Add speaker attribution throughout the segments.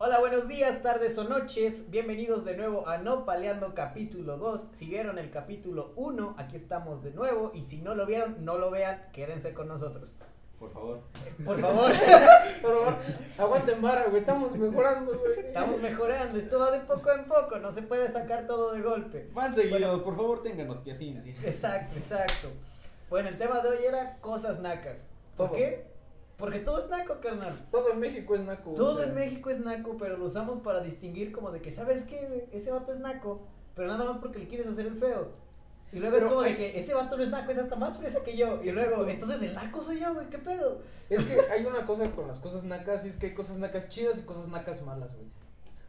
Speaker 1: Hola, buenos días, tardes o noches. Bienvenidos de nuevo a No Paleando capítulo 2. Si vieron el capítulo 1, aquí estamos de nuevo. Y si no lo vieron, no lo vean, quédense con nosotros.
Speaker 2: Por favor.
Speaker 1: Por favor,
Speaker 3: Por favor, aguanten vara, güey. Estamos mejorando, güey.
Speaker 1: estamos mejorando. Esto va de poco en poco, no se puede sacar todo de golpe.
Speaker 2: Van seguidos, por favor, ténganos paciencia.
Speaker 1: Exacto, exacto. Bueno, el tema de hoy era cosas nacas. ¿Por
Speaker 3: Todo.
Speaker 1: qué? Porque todo es naco, carnal.
Speaker 3: Todo en México es naco.
Speaker 1: Todo
Speaker 3: o sea,
Speaker 1: en México es naco, pero lo usamos para distinguir como de que, ¿sabes qué? güey? Ese vato es naco, pero nada más porque le quieres hacer el feo. Y luego es
Speaker 3: Pero
Speaker 1: como
Speaker 3: hay-
Speaker 1: de que ese vato no es naco, es hasta más fresa que yo. Y
Speaker 3: Exacto.
Speaker 1: luego, entonces el naco soy yo, güey, ¿qué pedo?
Speaker 3: Es que hay una cosa con las cosas nacas y es que hay cosas nacas chidas y cosas nacas malas, güey.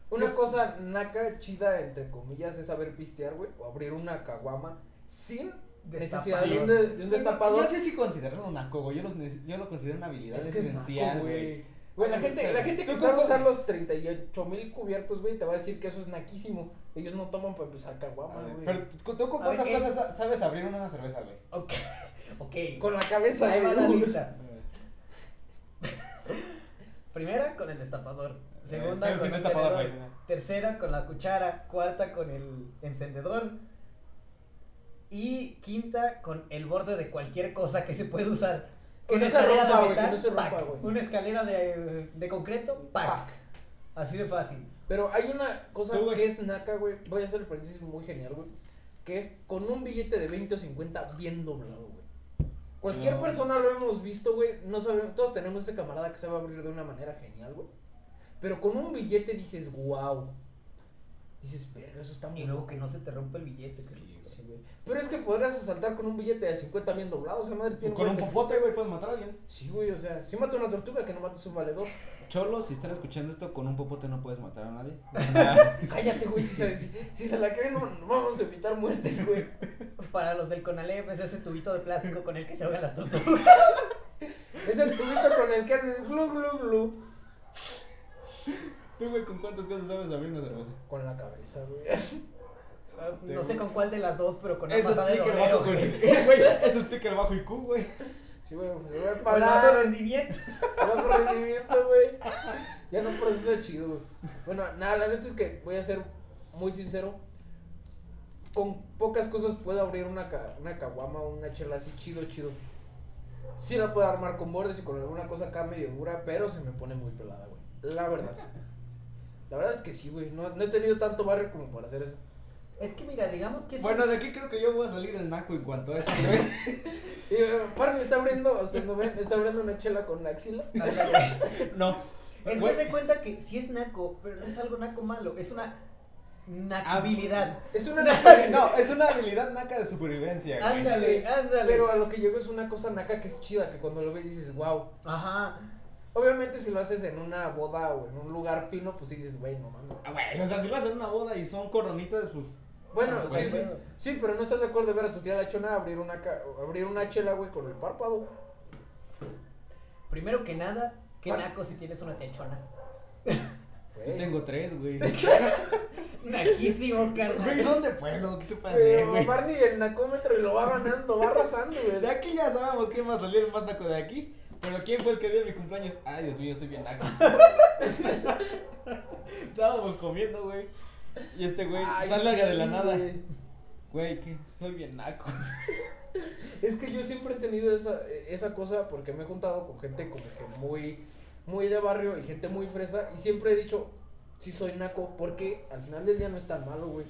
Speaker 3: Una cosa naca, chida, entre comillas, es saber pistear, güey, o abrir una caguama sin necesidad de
Speaker 1: Destapador.
Speaker 3: un, de, de un destapador.
Speaker 2: No sé si considerarlo un acogo, yo, los nece- yo lo considero una habilidad
Speaker 3: Es que es
Speaker 2: esencial,
Speaker 3: naco,
Speaker 2: güey.
Speaker 3: güey. Güey, la gente, la gente
Speaker 2: ¿Tú
Speaker 3: que sabe
Speaker 2: cómo-
Speaker 3: usar los 38 mil cubiertos, güey, te va a decir que eso es naquísimo. Ellos no toman para empezar
Speaker 2: A
Speaker 3: caguama,
Speaker 2: ver,
Speaker 3: güey.
Speaker 2: Pero tú, tú con
Speaker 1: A ver,
Speaker 2: cuántas
Speaker 1: ¿qué es?
Speaker 2: cosas sa- sabes abrir una cerveza, güey.
Speaker 1: Ok, ok.
Speaker 3: Con la cabeza,
Speaker 1: Ahí va la
Speaker 3: güey.
Speaker 1: lista.
Speaker 2: Eh,
Speaker 1: Primera, con el destapador.
Speaker 3: Eh,
Speaker 1: Segunda,
Speaker 2: Pero
Speaker 1: con
Speaker 2: si no
Speaker 1: el
Speaker 2: es tapador,
Speaker 1: tenedor.
Speaker 2: güey.
Speaker 1: Tercera, con la cuchara. Cuarta, con el encendedor. Y quinta, con el borde de cualquier cosa que se puede usar.
Speaker 3: Que
Speaker 1: Una
Speaker 3: no se
Speaker 1: escalera de
Speaker 3: rompa, güey, que
Speaker 1: metal,
Speaker 3: no se rompa,
Speaker 1: pac.
Speaker 3: güey.
Speaker 1: Una escalera de, de concreto, pac.
Speaker 3: Pac.
Speaker 1: Así de fácil.
Speaker 3: Pero hay una cosa
Speaker 2: Tú, güey.
Speaker 3: que es naca, güey. Voy a hacer el paréntesis muy genial, güey. Que es con un billete de 20 o 50 bien doblado, güey. Cualquier
Speaker 2: No.
Speaker 3: persona lo hemos visto, güey. No sabemos, todos tenemos ese camarada que se va a abrir de una manera genial, güey. Pero con un billete dices, wow. Dices, verga, eso está muy
Speaker 1: Y luego
Speaker 3: loco".
Speaker 1: que no se te rompa el billete.
Speaker 2: Sí,
Speaker 1: carnal.
Speaker 3: Sí, güey. Pero es que podrás asaltar con un billete de 50 bien doblado. O sea, madre tiene.
Speaker 2: Con un
Speaker 3: güey.
Speaker 2: popote, güey, puedes matar a alguien.
Speaker 3: Sí, güey, o sea, si mata una tortuga que no mates un valedor.
Speaker 2: Cholo, si están escuchando esto, con un popote no puedes matar a nadie.
Speaker 3: Cállate, güey, si se, si, si se la creen, no, no vamos a evitar muertes, güey.
Speaker 1: Para los del Conalep es ese tubito de plástico con el que se ahogan las tortugas.
Speaker 3: Es el tubito con el que haces glu glu glu.
Speaker 2: Tú, güey, ¿con cuántas cosas sabes abrir una cerveza?
Speaker 3: Con la cabeza, güey. Ah,
Speaker 1: No sé con cuál de las dos, pero con
Speaker 2: Eso
Speaker 1: ambas ha de
Speaker 2: explica
Speaker 1: doler,
Speaker 2: el bajo con
Speaker 1: güey.
Speaker 2: güey, Eso explica el bajo IQ, güey.
Speaker 3: Sí, güey, pues se va a
Speaker 1: Con alto
Speaker 3: parar.
Speaker 1: rendimiento.
Speaker 3: Se va por rendimiento, güey. Ya no procesa chido, güey. Bueno, nada, la neta es que voy a ser muy sincero. Con pocas cosas puedo abrir una, ca- una caguama o una chela así chido, chido. Sí la puedo armar con bordes y con alguna cosa acá medio dura, pero se me pone muy pelada, güey. La verdad. La verdad es que sí, güey. No, no he tenido tanto barrio como para hacer eso.
Speaker 1: Es que mira, digamos que es
Speaker 2: Bueno, de aquí creo que yo voy a salir el naco en cuanto a eso, güey.
Speaker 3: Y, eh, Par me está abriendo, o sea, no ven, está abriendo una chela con la axila.
Speaker 1: Es
Speaker 2: No.
Speaker 1: que
Speaker 2: Güey,
Speaker 1: se cuenta que sí es naco, pero no es algo naco malo, es una nacabilidad.
Speaker 3: Es una
Speaker 2: No, es una habilidad naca de supervivencia, güey.
Speaker 1: Ándale, ándale.
Speaker 3: Pero a lo que llego es una cosa naca que es chida, que cuando lo ves dices, wow.
Speaker 1: Ajá.
Speaker 3: Obviamente si lo haces en una boda o en un lugar fino, pues sí dices, güey, no mames.
Speaker 2: Ah, güey, O sea, si lo hacen en una boda y son coronitas, pues.
Speaker 3: Bueno,
Speaker 1: Ah,
Speaker 3: sí,
Speaker 1: güey,
Speaker 3: sí,
Speaker 1: bueno.
Speaker 3: sí, pero no estás de acuerdo de ver a tu tía la chona abrir una, ca- abrir una chela, güey, con el párpado.
Speaker 1: Primero que nada, qué
Speaker 3: Bueno.
Speaker 1: naco si tienes una techona.
Speaker 2: Yo
Speaker 3: Güey.
Speaker 2: tengo tres, güey.
Speaker 1: Naquísimo,
Speaker 2: Güey,
Speaker 1: carnal.
Speaker 2: son de pueblo, ¿qué se puede hacer,
Speaker 3: Pero
Speaker 2: eh, güey?
Speaker 3: Barney el nacómetro y lo va ganando, va arrasando, güey.
Speaker 2: De aquí ya sabemos quién va a salir el más naco de aquí. Pero ¿quién fue el que dio mi cumpleaños? Ay, Dios mío, soy bien naco. Estábamos comiendo, güey. Y este güey
Speaker 3: Ay,
Speaker 2: sale
Speaker 3: sí,
Speaker 2: de la nada.
Speaker 3: güey.
Speaker 2: Güey, que soy bien naco.
Speaker 3: Es que yo siempre he tenido esa, esa cosa porque me he juntado con gente como que muy, muy de barrio y gente muy fresa y siempre he dicho, sí soy naco, porque al final del día no es tan malo, güey.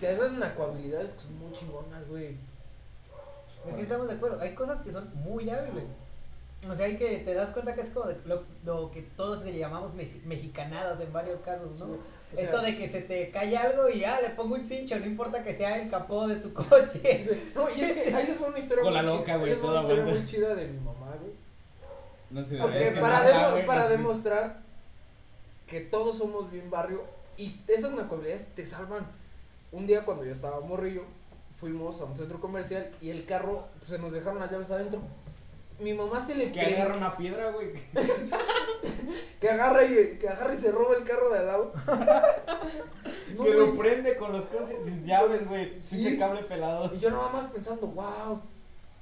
Speaker 3: De esas nacohabilidades que son muy chingonas, güey.
Speaker 1: Aquí estamos de acuerdo. Hay cosas que son muy hábiles. O sea, hay que te das cuenta que es como de lo, lo que todos le llamamos mes- mexicanadas en varios casos, ¿no?
Speaker 3: O sea,
Speaker 1: Esto de que se te cae algo y ya le pongo un cincho, no importa que sea el capó de tu coche.
Speaker 3: sí, güey. No, y es que ahí les fue una historia
Speaker 2: Con la
Speaker 3: muy chida,
Speaker 2: loca, güey,
Speaker 3: ahí les va
Speaker 2: toda
Speaker 3: una historia
Speaker 2: vuelta.
Speaker 3: muy chida de mi mamá, güey.
Speaker 2: No sé,
Speaker 3: Porque
Speaker 2: es que
Speaker 3: para,
Speaker 2: naca,
Speaker 3: demo-
Speaker 2: güey, pues
Speaker 3: para
Speaker 2: no sé.
Speaker 3: demostrar que todos somos bien barrio y esas nacobilidades te salvan. Un día cuando yo estaba morrillo, fuimos a un centro comercial y el carro pues, se nos dejaron las llaves adentro. Mi mamá se le
Speaker 2: Que
Speaker 3: prendió-
Speaker 2: agarra una piedra, güey.
Speaker 3: que agarra y que agarra y se roba el carro de al lado. No,
Speaker 2: que lo
Speaker 3: güey.
Speaker 2: prende con los cosas sin llaves, güey.
Speaker 3: Sí.
Speaker 2: Pinche cable pelado.
Speaker 3: y yo nada más pensando, wow,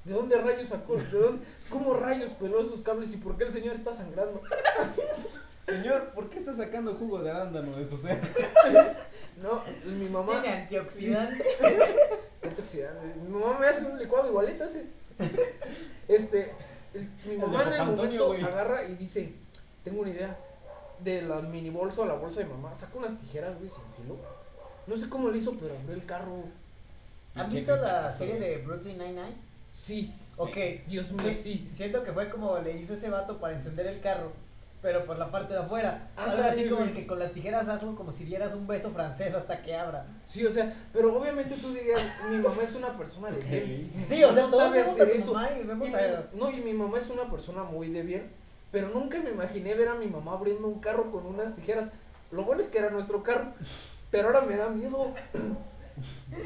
Speaker 3: ¿de dónde rayos sacó? ¿De dónde, ¿Cómo rayos peló esos cables y por qué el señor está sangrando?
Speaker 2: Señor, ¿por qué está sacando jugo de arándano de su ser?
Speaker 3: No, mi mamá.
Speaker 1: Tiene antioxidante.
Speaker 3: antioxidante. Mi mamá me hace un licuado igualito ese. Este, el- mi
Speaker 2: El
Speaker 3: mamá en
Speaker 2: de
Speaker 3: el
Speaker 2: Papá Antonio,
Speaker 3: momento
Speaker 2: güey.
Speaker 3: agarra y dice, tengo una idea. De la mini bolsa o la bolsa de mi mamá, saca unas tijeras, güey, sin filo. No sé cómo lo hizo, pero abrió el carro.
Speaker 1: ¿Han visto la serie de Brooklyn Nine-Nine?
Speaker 3: Sí.
Speaker 1: Ok.
Speaker 3: Dios mío,
Speaker 1: Sí,
Speaker 3: sí.
Speaker 1: Siento que fue como le hizo ese vato para encender el carro, pero por la parte de afuera.
Speaker 3: Ah,
Speaker 1: Algo así
Speaker 3: sí,
Speaker 1: como
Speaker 3: güey.
Speaker 1: que con las tijeras hazlo como si dieras un beso francés hasta que abra.
Speaker 3: Sí, o sea, pero obviamente tú dirías, mi mamá es una persona de
Speaker 2: Ok.
Speaker 3: bien.
Speaker 1: Sí, o sea,
Speaker 3: No
Speaker 1: todos
Speaker 3: sabe
Speaker 1: vemos a
Speaker 3: hacer
Speaker 1: tu
Speaker 3: eso.
Speaker 1: mamá y
Speaker 3: Y
Speaker 1: vemos
Speaker 3: mi-
Speaker 1: a...
Speaker 3: no, y mi mamá es una persona muy de bien, pero nunca me imaginé ver a mi mamá abriendo un carro con unas tijeras. Lo bueno es que era nuestro carro, pero ahora me da miedo.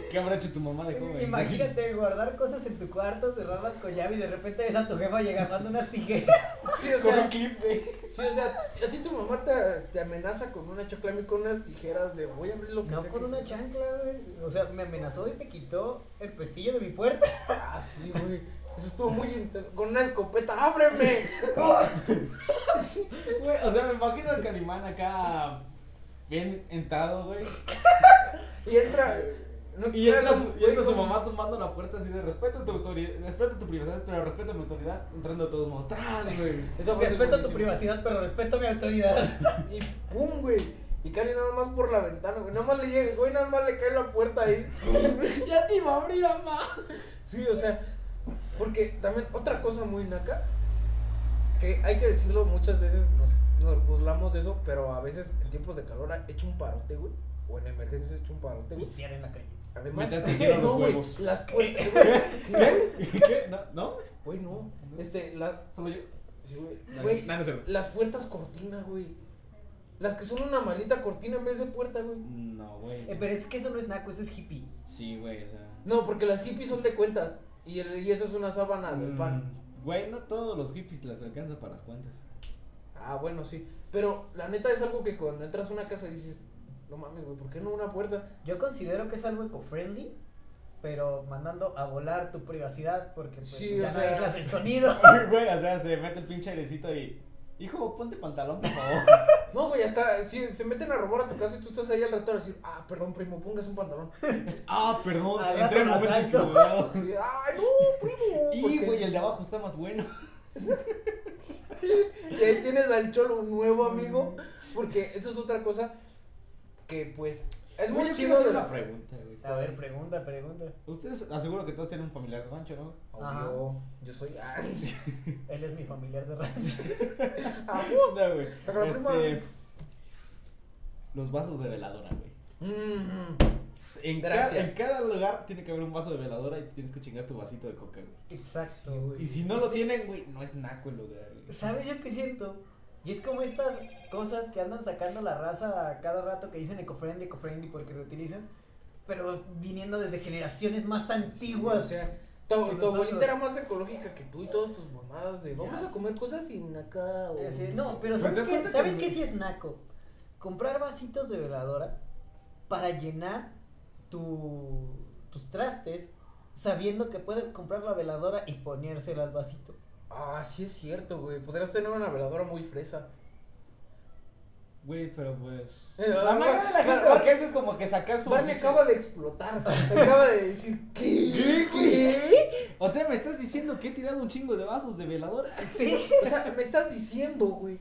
Speaker 2: ¿Qué habrá hecho tu mamá de joven?
Speaker 1: Imagínate guardar cosas en tu cuarto, cerrarlas con llave y de repente ves a tu jefa llegando unas tijeras.
Speaker 3: Sí, o
Speaker 2: Con un
Speaker 3: sea,
Speaker 2: clip, güey.
Speaker 3: sí, o sea a ti tu mamá te, te amenaza con una choclama y con unas tijeras de voy a abrir lo que
Speaker 1: No
Speaker 3: sea
Speaker 1: con
Speaker 3: que
Speaker 1: una
Speaker 3: sea".
Speaker 1: chancla, güey. O sea, me amenazó y me quitó el pestillo de mi puerta.
Speaker 3: Ah, sí, güey. Eso estuvo muy intenso. Con una escopeta, ábreme.
Speaker 2: Güey, O sea, me imagino al Calimán acá. Bien entado, güey.
Speaker 3: Y entra. No,
Speaker 2: Y entra, su,
Speaker 3: como-
Speaker 2: y entra su
Speaker 3: como-
Speaker 2: mamá tomando la puerta así de respeto tu autoridad, respeto tu privacidad, pero respeto mi autoridad, entrando de todos modos. ¡Tras, güey!
Speaker 3: Esa frase
Speaker 1: Respeto tu
Speaker 3: buenísima.
Speaker 1: privacidad, pero respeto mi autoridad.
Speaker 3: Y pum, güey. Y Cali nada más por la ventana, güey. Nada más le llega, güey, nada más le cae la puerta ahí.
Speaker 2: ¡Ya te iba a abrir, mamá!
Speaker 3: Sí, o sea. Porque también otra cosa muy naca, que hay que decirlo muchas veces, nos, nos burlamos de eso, pero a veces en tiempos de calor ha hecho un parote, güey. O en emergencias ha hecho un parote, güey.
Speaker 1: Pistear en la calle.
Speaker 3: Además,
Speaker 2: Mientras te tiran los
Speaker 3: no, güey,
Speaker 2: huevos.
Speaker 3: las puertas, güey.
Speaker 2: ¿Qué? ¿Qué? ¿No? ¿No?
Speaker 3: Güey, no. Este, la,
Speaker 2: ¿Solo yo?
Speaker 3: sí, güey.
Speaker 2: No,
Speaker 3: Güey,
Speaker 2: no, no es cierto.
Speaker 3: las puertas cortina, güey. Las que son una malita cortina en vez de puerta, güey.
Speaker 2: No, güey.
Speaker 1: Eh, pero es que eso no es naco, eso es hippie.
Speaker 2: Sí, güey, o sea.
Speaker 3: No, porque las hippies son de cuentas. Y, el, y eso es una sábana del
Speaker 2: Mm,
Speaker 3: pan.
Speaker 2: Güey, no todos los hippies las alcanza para las cuentas.
Speaker 3: Ah, bueno, sí. Pero la neta es algo que cuando entras a una casa dices, no mames, güey, ¿por qué no una puerta?
Speaker 1: Yo considero que es algo eco-friendly, pero mandando a volar tu privacidad porque pues,
Speaker 3: Sí,
Speaker 1: ya
Speaker 3: o
Speaker 1: no
Speaker 3: sea-
Speaker 1: aíslas el sonido.
Speaker 2: Güey, o sea, se mete el pinche airecito y. Hijo, ponte pantalón, por favor.
Speaker 3: No, güey, hasta si se meten a robar a tu casa y tú estás ahí al rato a decir, ah, perdón, primo, pongas un pantalón.
Speaker 2: ah, perdón,
Speaker 1: Al rato
Speaker 2: entré en
Speaker 1: lo
Speaker 2: momento
Speaker 1: asalto.
Speaker 2: equivocado.
Speaker 3: Sí, Ay, no, primo.
Speaker 2: Y,
Speaker 3: porque-
Speaker 2: güey, el de abajo está más bueno.
Speaker 3: Y ahí tienes al cholo nuevo, amigo. Porque eso es otra cosa que, pues, es
Speaker 2: Güey,
Speaker 3: muy
Speaker 2: yo quiero
Speaker 3: chido.
Speaker 2: hacer
Speaker 3: de
Speaker 2: una
Speaker 3: la
Speaker 2: pregunta, güey.
Speaker 1: A ver, pregunta, pregunta.
Speaker 2: Ustedes, aseguro que todos tienen un familiar de rancho, ¿no?
Speaker 1: Ajá.
Speaker 3: Obvio, yo soy. Ay,
Speaker 1: Él es mi familiar de rancho.
Speaker 3: ah,
Speaker 2: No, güey.
Speaker 3: Saca la
Speaker 2: Este.
Speaker 3: pluma.
Speaker 2: Los vasos de veladora, güey.
Speaker 3: mm.
Speaker 2: En, ca-
Speaker 3: Gracias.
Speaker 2: en cada lugar tiene que haber un vaso de veladora y tienes que chingar tu vasito de coca, güey.
Speaker 1: Exacto.
Speaker 3: Sí, güey.
Speaker 2: Y si no lo tienen, güey, no es naco el lugar, güey.
Speaker 1: ¿Sabes yo qué siento? Y es como estas cosas que andan sacando la raza a cada rato que dicen eco-friendly, eco-friendly porque lo utilizas, pero viniendo desde generaciones más
Speaker 3: O
Speaker 1: antiguas.
Speaker 3: sea, tu, tu
Speaker 1: Nosotros.
Speaker 3: abuelita era más ecológica que tú y todas tus mamadas de vamos
Speaker 1: Ya
Speaker 3: a comer cosas sin acá o...
Speaker 1: Así es, Eh, No, pero
Speaker 2: Pero te
Speaker 1: ¿sabes
Speaker 2: das
Speaker 1: qué?
Speaker 2: cuenta que
Speaker 1: ¿Sabes
Speaker 2: los-
Speaker 1: qué sí es naco? Comprar vasitos de veladora para llenar tu, tus trastes sabiendo que puedes comprar la veladora y ponérsela al vasito.
Speaker 3: Ah, sí es cierto, güey. Podrías tener una veladora muy fresa.
Speaker 2: Güey, pero pues.
Speaker 3: Eh,
Speaker 2: La
Speaker 3: ah,
Speaker 2: mayoría de la
Speaker 3: Bar-
Speaker 2: gente
Speaker 3: Bar-
Speaker 2: lo que hace es como que sacar su.
Speaker 3: Bar me
Speaker 2: pinche-
Speaker 3: acaba de explotar. Me acaba de decir, ¿qué?
Speaker 2: ¿Qué? ¿Qué? O sea, me estás diciendo que he tirado un chingo de vasos de veladora.
Speaker 1: Sí.
Speaker 3: O sea, me estás diciendo, güey,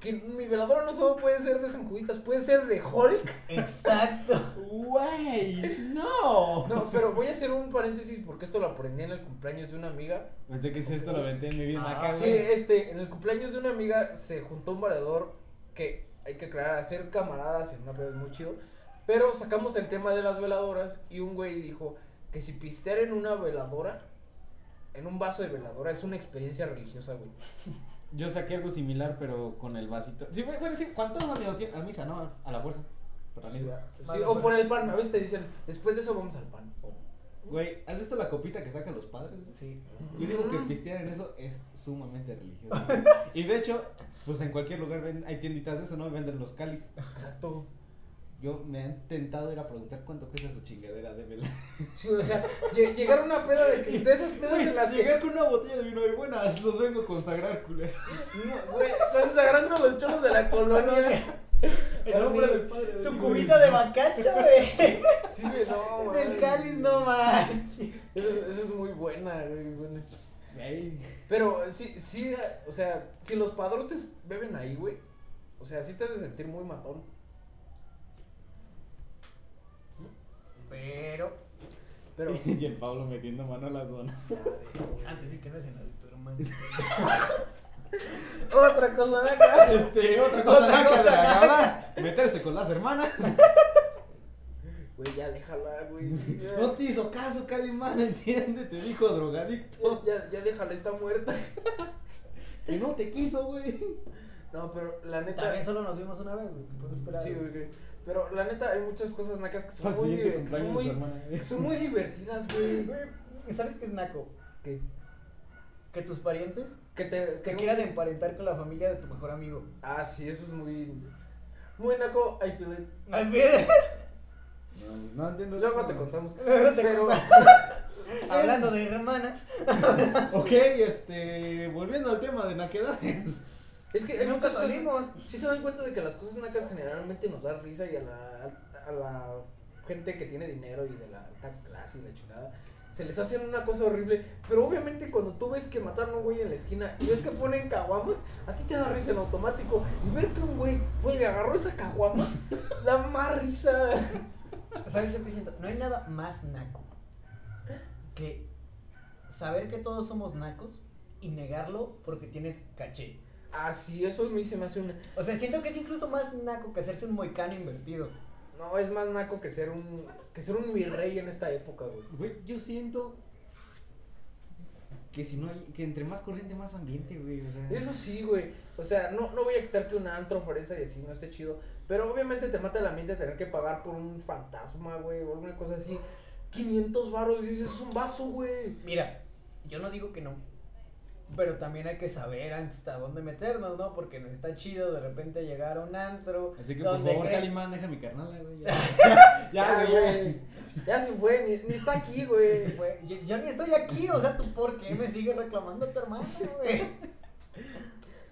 Speaker 3: que mi veladora no solo puede ser de zancuditas, puede ser de Hulk.
Speaker 1: Exacto.
Speaker 2: Güey, no.
Speaker 3: No, pero voy a hacer un paréntesis porque esto lo aprendí en el cumpleaños de una amiga.
Speaker 2: Pensé que si esto lo aventé en mi vida
Speaker 1: Ah,
Speaker 2: naca,
Speaker 3: Sí,
Speaker 2: güey.
Speaker 3: este, en el cumpleaños de una amiga se juntó un valedor que hay que aclarar, hacer camaradas en una peda es muy chido. Pero sacamos el tema de las veladoras y un güey dijo que si pistear en una veladora, en un vaso de veladora, es una experiencia religiosa, güey.
Speaker 2: Yo saqué algo similar, pero con el vasito. Sí, güey, bueno, sí, ¿cuántos han ido a misa, no? A la fuerza. Pero han
Speaker 3: Sí,
Speaker 2: ido.
Speaker 1: Vale,
Speaker 3: o
Speaker 1: pues.
Speaker 3: por el pan, a veces te dicen, después de eso vamos al pan.
Speaker 2: Oh. Güey, ¿has visto la copita que sacan los padres? güey?
Speaker 1: Sí.
Speaker 2: Yo digo
Speaker 3: Mm,
Speaker 2: que pistear en eso es sumamente religioso. y de hecho, pues en cualquier lugar ven- hay tienditas de eso, ¿no? Venden los cáliz.
Speaker 3: Exacto.
Speaker 2: Yo me han tentado ir a preguntar cuánto cuesta su chingadera, démela.
Speaker 3: Sí, o sea, lle- llegar a una peda de, que- de esas pedas
Speaker 2: Güey,
Speaker 3: en las que.
Speaker 2: llegar con una botella de vino y buenas, los vengo a consagrar, culero.
Speaker 3: No, güey, consagrando los cholos de la colonia.
Speaker 2: En nombre del padre. del
Speaker 1: Tu
Speaker 2: hijo
Speaker 1: cubito de bacacho, güey.
Speaker 3: Sí, güey, no,
Speaker 1: En
Speaker 3: güey.
Speaker 1: el cáliz, no manches.
Speaker 3: Eso, es- eso es muy buena, güey. buena.
Speaker 2: del- Ey,
Speaker 3: Pero sí, sí, o sea, si los padrotes beben ahí, güey. O sea, sí te hace sentir muy matón.
Speaker 1: Pero,
Speaker 3: Pero.
Speaker 2: Y el Pablo metiendo mano a las donas.
Speaker 1: antes sí que no es en la de tu hermano.
Speaker 3: Otra cosa, acá.
Speaker 2: Este, otra
Speaker 1: cosa
Speaker 2: cosa,
Speaker 1: naca de la
Speaker 2: Meterse con las hermanas.
Speaker 3: Güey, ya déjala, güey. Ya,
Speaker 2: No te hizo caso, Calimán, entiende, te dijo drogadicto.
Speaker 3: ya, ya déjala, está muerta.
Speaker 2: Que no te quiso, güey.
Speaker 3: No, pero la neta.
Speaker 1: También solo nos vimos una vez, güey. te puedo esperar,
Speaker 3: Sí,
Speaker 1: güey.
Speaker 3: güey, güey. Pero la neta, hay muchas cosas nacas que son
Speaker 2: Al
Speaker 3: muy,
Speaker 2: siguiente
Speaker 3: que son
Speaker 2: cumpleaños de su
Speaker 3: muy,
Speaker 2: hermana.
Speaker 3: que son muy divertidas, güey.
Speaker 1: Güey, ¿Sabes qué es naco?
Speaker 3: Que,
Speaker 1: Que tus parientes
Speaker 3: que te,
Speaker 1: te quieran emparentar con la familia de tu mejor amigo.
Speaker 3: Ah, sí, eso es muy. Muy naco, I feel it.
Speaker 1: Ay, güey.
Speaker 2: No, no entiendo.
Speaker 3: Luego te contamos.
Speaker 1: Luego te
Speaker 3: Pero-
Speaker 1: Hablando de hermanas.
Speaker 2: Ok, este, volviendo al tema de naquedades.
Speaker 3: Es que hay
Speaker 1: Nunca
Speaker 3: muchas cosas.
Speaker 1: salimos.
Speaker 3: Si se dan cuenta de que las cosas nacas generalmente nos dan risa y a la, a la gente que tiene dinero y de la alta clase y la chingada se les hacen una cosa horrible. Pero obviamente cuando tú ves que mataron a un güey en la esquina y ves que ponen caguamas, a ti te da risa en automático. Y ver que un güey fue y agarró esa caguama, da más risa.
Speaker 1: ¿Sabes yo qué siento? No hay nada más naco que saber que todos somos nacos y negarlo porque tienes caché.
Speaker 3: Así, eso a mí se me hace una.
Speaker 1: O sea, siento que es incluso más naco que hacerse un moicano invertido.
Speaker 3: No, es más naco que ser un. que ser un mi rey en esta época, güey.
Speaker 2: Güey, yo siento que si no hay, que entre más corriente, más ambiente, güey. O sea,
Speaker 3: Eso sí, güey. O sea, no, no voy a quitar que un antro ofrece y así no esté chido. Pero obviamente te mata el ambiente tener que pagar por un fantasma, güey, o alguna cosa así. 500 baros, dices, es un vaso, güey.
Speaker 1: Mira, yo no digo que no. Pero también hay que saber hasta dónde meternos, ¿no? Porque no está chido de repente llegar a un antro.
Speaker 2: Así que por
Speaker 1: donde
Speaker 2: favor,
Speaker 1: cree-
Speaker 2: Calimán, deja mi carnal, güey. Ya, ya, ya, güey.
Speaker 3: Ya se fue, ni, ni está aquí, güey.
Speaker 1: Se fue. Yo, yo ni estoy aquí, o sea, ¿tú por qué me sigues reclamando a tu hermano, güey?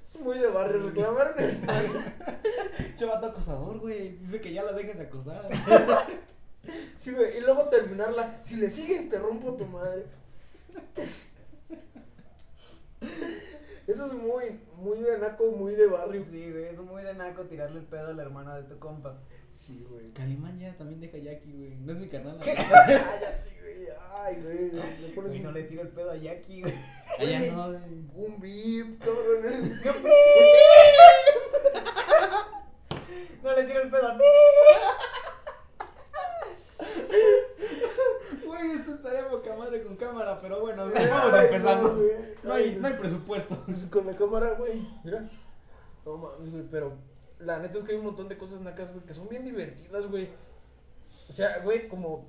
Speaker 3: Es muy de barrio, reclamaron el
Speaker 2: ya. Chavato acosador, güey. Dice que ya la dejes de acosar.
Speaker 3: Sí, güey. Y luego terminarla. Si le sigues, te rompo tu madre. Eso es muy, muy de naco, muy de barrio.
Speaker 1: Sí, güey, es muy de naco tirarle el pedo a la hermana de tu compa.
Speaker 3: Sí, güey.
Speaker 2: Calimán ya también deja ya aquí, güey. No es mi carnal.
Speaker 1: ¿Qué?
Speaker 3: Cállate, güey. Ay, güey. Le pones
Speaker 1: Güey, no
Speaker 3: un-
Speaker 1: le tiro el pedo a Jackie, güey.
Speaker 2: Allá no, güey.
Speaker 3: Un beep, cabrón.
Speaker 1: No le tiro el pedo a
Speaker 2: Güey, esto estaría boca madre con cámara, pero bueno,
Speaker 3: Ay,
Speaker 2: vamos
Speaker 3: no,
Speaker 2: empezando.
Speaker 3: güey.
Speaker 2: No hay, no hay presupuesto.
Speaker 3: Pues con la cámara, güey. Mira. No mames, güey. Pero la neta es que hay un montón de cosas nacas, güey, que son bien divertidas, güey. O sea, güey, como.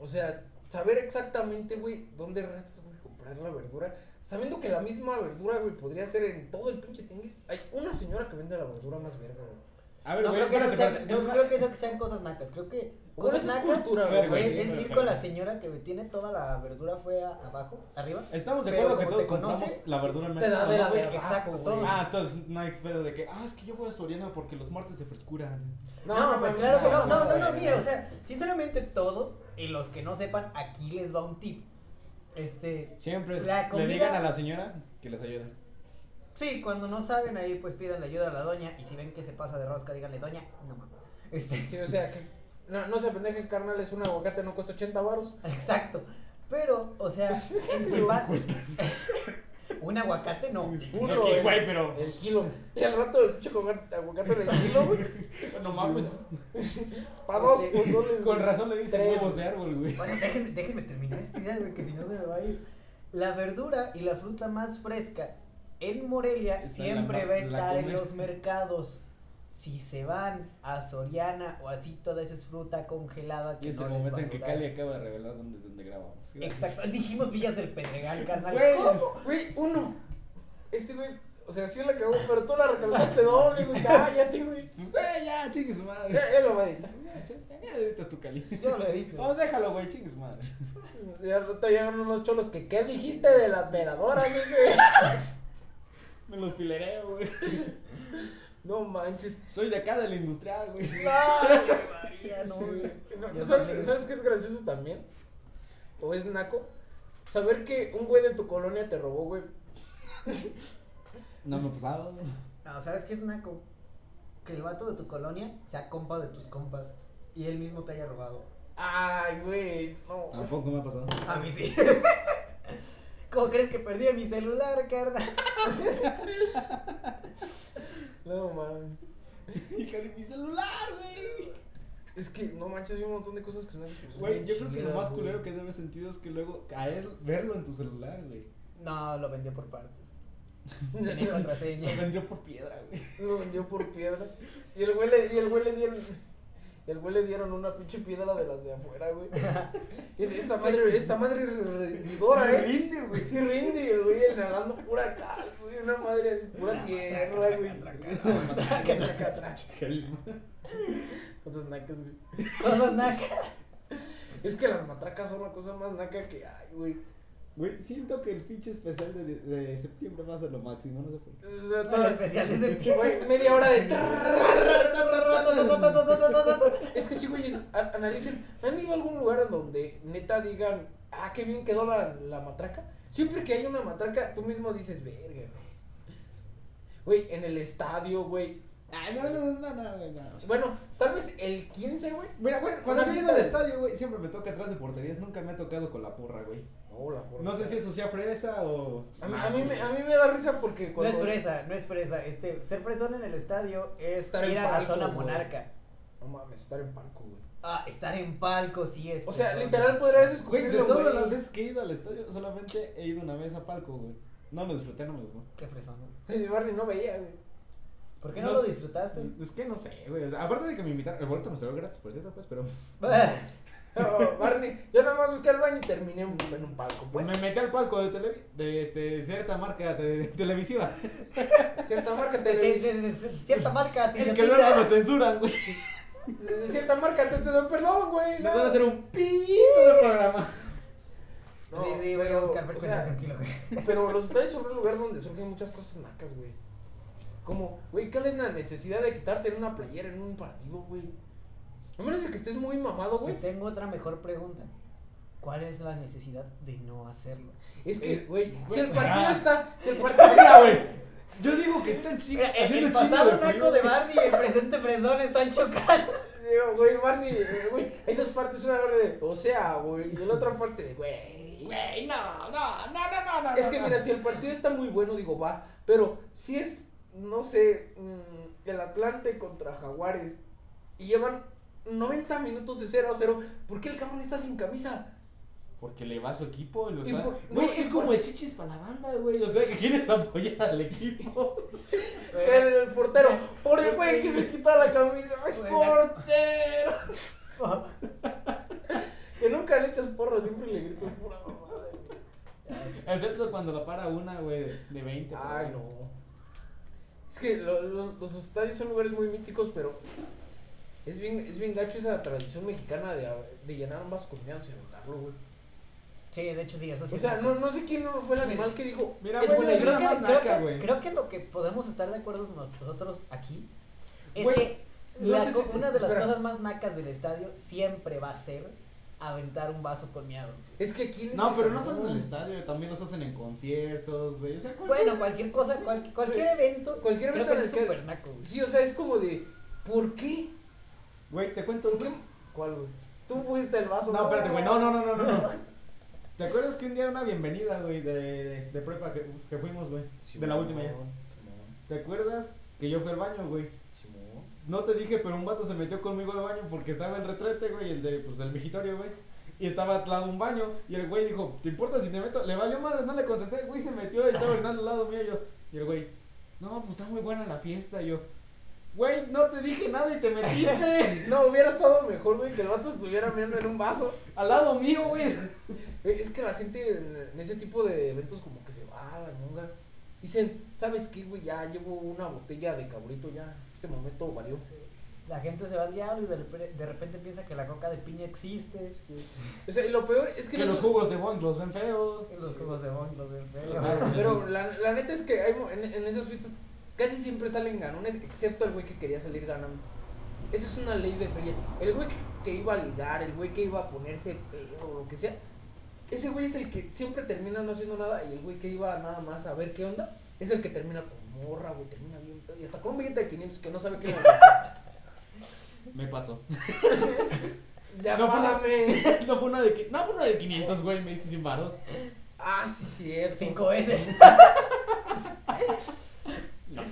Speaker 3: O sea, saber exactamente, güey, dónde ratas, güey, comprar la verdura. Sabiendo que la misma verdura, güey, podría ser en todo el pinche tianguis. Hay una señora que vende la verdura más verga, güey.
Speaker 2: A ver,
Speaker 1: No
Speaker 2: güey,
Speaker 1: creo que eso
Speaker 2: espérate,
Speaker 1: sean,
Speaker 2: espérate.
Speaker 1: no creo que eso sean cosas nacas, creo que
Speaker 3: Con
Speaker 1: cosas
Speaker 3: eso es
Speaker 1: nacas
Speaker 3: cultura,
Speaker 2: A ver,
Speaker 3: güey.
Speaker 2: güey.
Speaker 1: es, es ir con la señora que tiene toda la verdura fue a- abajo, arriba.
Speaker 2: Estamos de
Speaker 1: Pero
Speaker 2: acuerdo que
Speaker 1: como
Speaker 2: todos
Speaker 1: te conoce,
Speaker 2: compramos la verdura en el
Speaker 3: Te da
Speaker 2: mercado,
Speaker 3: de
Speaker 2: ¿no,
Speaker 3: la
Speaker 2: güey?
Speaker 3: verga.
Speaker 1: Exacto,
Speaker 3: güey.
Speaker 1: todos.
Speaker 2: Ah, entonces no hay pedo de que, ah, es que yo voy a Soriana porque los martes de frescura.
Speaker 1: No, pues claro que no. No, no, no,
Speaker 3: güey.
Speaker 1: mira, o sea, sinceramente todos, y los que no sepan, aquí les va un tip. Este,
Speaker 2: Siempre
Speaker 1: La
Speaker 2: le
Speaker 1: comida-
Speaker 2: digan a la señora que les ayude.
Speaker 1: sí, cuando no saben ahí, pues pidan ayuda a la doña, y si ven que se pasa de rosca, díganle, doña, no mames. Este,
Speaker 3: Sí, o sea, que no, no se pendeje, carnal, es un aguacate, no cuesta 80 varos.
Speaker 1: Exacto. Pero, o sea, en tu ba- un aguacate no.
Speaker 3: Uno,
Speaker 2: No, sí,
Speaker 3: el-
Speaker 2: güey, pero.
Speaker 3: El kilo. Y al rato el pinche aguacate aguacate del kilo, güey.
Speaker 2: No mames.
Speaker 3: Para dos
Speaker 1: Sí.
Speaker 3: pozoles.
Speaker 2: Con razón le dicen
Speaker 3: Tres,
Speaker 2: huevos
Speaker 1: ¿eh?
Speaker 3: güey.
Speaker 2: de árbol, güey.
Speaker 1: Bueno, déjenme, déjenme terminar esta idea, güey, que si no se me va a ir. La verdura y la fruta más fresca en Morelia
Speaker 2: Está en la
Speaker 1: siempre
Speaker 2: ma-
Speaker 1: va a
Speaker 2: la
Speaker 1: estar en
Speaker 2: comer.
Speaker 1: los mercados. Si se van a Soriana o así, toda esa es fruta congelada
Speaker 2: Y
Speaker 1: que
Speaker 2: es
Speaker 1: no
Speaker 2: el
Speaker 1: les
Speaker 2: momento
Speaker 1: va a
Speaker 2: en que
Speaker 1: durar.
Speaker 2: Cali acaba de revelar dónde es donde grabamos. Gracias.
Speaker 1: Exacto, dijimos Villas del Pedregal, carnal.
Speaker 3: Güey,
Speaker 1: ¿Cómo?
Speaker 3: güey, uno. Este güey, o sea, sí la cagó, pero tú la recalcaste doble, güey. Cállate, güey.
Speaker 2: Pues, güey, ya, chingue su madre.
Speaker 3: Eh. Ya, ya lo va a editar.
Speaker 2: editas tu cali.
Speaker 1: Yo lo edito.
Speaker 2: Oh, déjalo, güey, chingues madre.
Speaker 3: Ya te llegan unos cholos que, ¿qué dijiste de las veladoras? Ese?
Speaker 2: Me los pilereo, güey.
Speaker 3: No manches.
Speaker 2: Soy de acá del industrial, güey.
Speaker 1: María, no.
Speaker 3: Sí, güey. No,
Speaker 1: Ya valió.
Speaker 3: ¿sabes, sabes qué es gracioso también? ¿O es naco? Saber que un güey de tu colonia te robó, güey.
Speaker 2: No me ha pasado.
Speaker 1: No, ¿sabes qué es naco? Que el vato de tu colonia sea compa de tus compas y él mismo te haya robado.
Speaker 3: Ay, güey. No.
Speaker 2: Tampoco me ha pasado.
Speaker 1: A mí sí. ¿Cómo crees que perdí mi celular, carnal?
Speaker 3: No mames.
Speaker 2: Hija de mi celular, güey.
Speaker 3: Es que no manches, hay un montón de cosas que son exclusivas.
Speaker 2: Güey, yo
Speaker 1: Bien
Speaker 2: creo que lo
Speaker 1: chidas,
Speaker 2: más
Speaker 1: güey.
Speaker 2: culero que debe sentido es que luego a él verlo en tu celular, güey.
Speaker 1: No, lo vendió por partes. Tenía contraseña.
Speaker 2: Lo vendió por piedra, güey.
Speaker 3: Lo vendió por piedra. Y el güey le, y el güey le dieron. y el güey le dieron una pinche piedra de las de afuera, güey. Y de Esta madre, esta madre es rendidora,
Speaker 2: Se
Speaker 3: eh.
Speaker 2: rinde, güey.
Speaker 3: Sí rinde, y el güey inhalando pura cal, güey. Una madre de pura tierra, güey. Traca, traca. Cosas nacas, güey.
Speaker 1: Cosas nacas.
Speaker 3: Es que las matracas son la cosa más naca que hay, güey.
Speaker 2: Güey, siento que el pinche especial de, de septiembre va a ser lo máximo, no sé por qué.
Speaker 3: O sea,
Speaker 1: Todo especial es el
Speaker 3: Güey, media hora de. Es que sí, güey, es- a- analicen. ¿Han ido a algún lugar en donde neta digan, ah, qué bien quedó la, la matraca? Siempre que hay una matraca, tú mismo dices, verga, güey. Güey, en el estadio, güey.
Speaker 2: Ay, no, no, no, no, güey, no.
Speaker 3: Bueno, tal vez el 15, güey.
Speaker 2: Mira, güey, cuando
Speaker 3: Una
Speaker 2: yo he ido
Speaker 3: fiesta
Speaker 2: al
Speaker 3: de-
Speaker 2: estadio, güey, siempre me toca atrás de porterías. Nunca me ha tocado con la porra, güey.
Speaker 3: No, la porra.
Speaker 2: No sé si eso sea fresa o.
Speaker 3: A mí, a mí me, a mí me da risa porque
Speaker 1: No
Speaker 3: cuando.
Speaker 1: es fresa, no es fresa. Este, ser fresón en el estadio es
Speaker 3: Estar en
Speaker 1: ir a la
Speaker 3: palco,
Speaker 1: zona
Speaker 3: güey.
Speaker 1: monarca.
Speaker 3: No mames, estar en palco, güey.
Speaker 1: Ah, estar en palco sí es.
Speaker 3: O sea,
Speaker 1: fresón.
Speaker 3: literal podrías
Speaker 2: Güey,
Speaker 3: escuchar.
Speaker 2: de todas las veces que he ido al estadio, solamente he ido una vez a palco, güey. No lo disfruté, no me gustó.
Speaker 1: Qué fresón. güey.
Speaker 3: Barney no veía, güey.
Speaker 1: ¿Por qué no,
Speaker 2: No
Speaker 1: lo
Speaker 2: Mm. es-
Speaker 1: disfrutaste?
Speaker 2: Es que no sé, güey. o sea, aparte de que me invitaron, el boleto me salió gratis, por cierto, pues, pero.
Speaker 3: No, Barney, yo nada más busqué al baño y terminé en, en un palco, Pues, güey.
Speaker 2: me metí al palco de, televi- de este, cierta marca te- televisiva.
Speaker 3: Cierta
Speaker 1: De-
Speaker 3: marca
Speaker 1: de-
Speaker 3: televisiva.
Speaker 1: de- de- cierta marca te
Speaker 2: Es que
Speaker 1: idiotiza.
Speaker 2: luego nos censuran, güey.
Speaker 3: De cierta marca te, te doy perdón, güey.
Speaker 2: Nos van a hacer un pito de programa.
Speaker 3: No,
Speaker 1: Sí, sí, voy a
Speaker 3: pero,
Speaker 1: buscar
Speaker 3: o
Speaker 1: frecuencias
Speaker 3: sea,
Speaker 1: tranquilo, güey.
Speaker 3: Pero los estadios son un lugar donde surgen muchas cosas nacas, güey. Como, güey, ¿cuál es la necesidad de quitarte en una playera en un partido, güey? A menos de que estés muy mamado,
Speaker 1: Te
Speaker 3: güey.
Speaker 1: tengo otra mejor pregunta. ¿Cuál es la necesidad de no hacerlo?
Speaker 3: Es que,
Speaker 2: Eh,
Speaker 3: güey, si
Speaker 2: güey,
Speaker 3: el partido
Speaker 2: ah.
Speaker 3: está. Si el partido
Speaker 2: Mira,
Speaker 3: está,
Speaker 2: güey. Yo digo que están chicos.
Speaker 1: Mira, el, el pasado naco de Barney y el presente fresón están chocando.
Speaker 3: Digo, güey, Barney, eh, güey. Hay dos partes, una de, o sea, güey. Y la otra parte de, güey.
Speaker 2: Güey, no, no, no, no, no, no.
Speaker 3: Es que
Speaker 2: no.
Speaker 3: mira, si el partido está muy bueno, digo, va. Pero si es, no sé, mm, el Atlante contra Jaguares y llevan 90 minutos de 0 a 0, ¿por qué el cabrón está sin camisa?
Speaker 2: Porque le va a su equipo. lo
Speaker 3: Y
Speaker 2: está-
Speaker 3: por-
Speaker 2: Güey,
Speaker 3: no,
Speaker 2: es
Speaker 3: y
Speaker 2: como
Speaker 3: por-
Speaker 2: de chichis para la banda, güey. O sea, que quieres apoyar al equipo.
Speaker 3: El, el portero, por el güey que se quita la camisa. ay,
Speaker 1: Güey,
Speaker 3: ¡Portero! Que nunca le echas porro, siempre le gritas pura mamada. güey.
Speaker 2: Excepto cuando la para una, güey, de 20.
Speaker 3: Ay,
Speaker 2: pero bueno.
Speaker 3: no. Es que lo- lo- los estadios son lugares muy míticos, pero es bien, es bien gacho esa tradición mexicana de, de llenar un vascuñado y aventarlo, güey.
Speaker 1: Sí, de hecho sí, eso sí.
Speaker 3: O sea, no, no sé quién fue el animal que dijo.
Speaker 2: Mira,
Speaker 3: es
Speaker 2: güey,
Speaker 3: buena
Speaker 2: es
Speaker 3: idea".
Speaker 1: creo,
Speaker 2: una
Speaker 1: que,
Speaker 2: más
Speaker 1: creo
Speaker 2: naca,
Speaker 1: que-
Speaker 2: güey.
Speaker 1: creo que lo que podemos estar de acuerdo nosotros aquí es
Speaker 2: Güey,
Speaker 1: que
Speaker 2: no
Speaker 1: la
Speaker 2: sé
Speaker 1: co-
Speaker 2: si-
Speaker 1: una de las
Speaker 3: espera.
Speaker 1: cosas más nacas del estadio siempre va a ser aventar un vaso con miados.
Speaker 3: Es que quién es
Speaker 2: No,
Speaker 3: el
Speaker 2: pero no
Speaker 3: cabrón?
Speaker 2: solo en el estadio, también los hacen en conciertos, güey. O sea, cualquier-
Speaker 1: Pues Bueno, cualquier cosa, cual- cualquier evento,
Speaker 3: Cualquier
Speaker 1: creo
Speaker 3: evento
Speaker 1: que
Speaker 3: de
Speaker 1: es
Speaker 3: que-
Speaker 1: súper naco. güey.
Speaker 3: Sí, o sea, es como de. ¿Por qué?
Speaker 2: Güey, te cuento
Speaker 3: ¿Por
Speaker 2: un...
Speaker 3: qué? ¿Cuál, güey? Tú fuiste el vaso.
Speaker 2: No, espérate, güey, no, no, no, no, no. ¿Te acuerdas que un día una bienvenida, güey, de, de, de prepa que, que fuimos, güey? de la última ya. ¿Te acuerdas que yo fui al baño, güey? No te dije, pero un vato se metió conmigo al baño porque estaba en retrete, güey, el de, pues, el migitorio, güey. Y estaba al lado un baño y el güey dijo, ¿te importa si te meto? Le valió madres, no le contesté, güey, se metió y estaba Hernando al lado mío yo. Y el güey, no, pues está muy buena la fiesta, yo. Güey, no te dije nada y te metiste
Speaker 3: No, hubiera estado mejor, güey, que el vato estuviera meando en un vaso.
Speaker 2: al lado mío, güey.
Speaker 3: Güey, Es que la gente en, en ese tipo de eventos como que se va a la ñonga. Dicen, ¿sabes qué, güey? Ya llevo una botella de cabrito, ya. Este momento valió.
Speaker 1: La gente se va al diablo y de, repre- de repente piensa que la coca de piña existe.
Speaker 3: O sea, y lo peor es que,
Speaker 2: Que los
Speaker 3: nosotros-
Speaker 2: jugos de Bond los ven feos.
Speaker 1: que Los jugos de bong, los de
Speaker 2: Claro.
Speaker 3: Pero la, la neta es que hay mo- en, en esas fiestas casi siempre salen ganones, excepto el güey que quería salir ganando. Esa es una ley de feria. El güey que, que iba a ligar, el güey que iba a ponerse pedo o lo que sea, ese güey es el que siempre termina no haciendo nada y el güey que iba nada más a ver qué onda es el que termina con morra, güey, termina bien pedo y hasta con un billete de 500 que no sabe qué onda.
Speaker 4: Me pasó.
Speaker 3: ya
Speaker 2: No fue una-
Speaker 3: págame.
Speaker 4: No fue una de, qui- no fue una de 500, güey, me diste sin varos.
Speaker 3: Ah, sí, cierto.
Speaker 1: Cinco veces.
Speaker 4: No.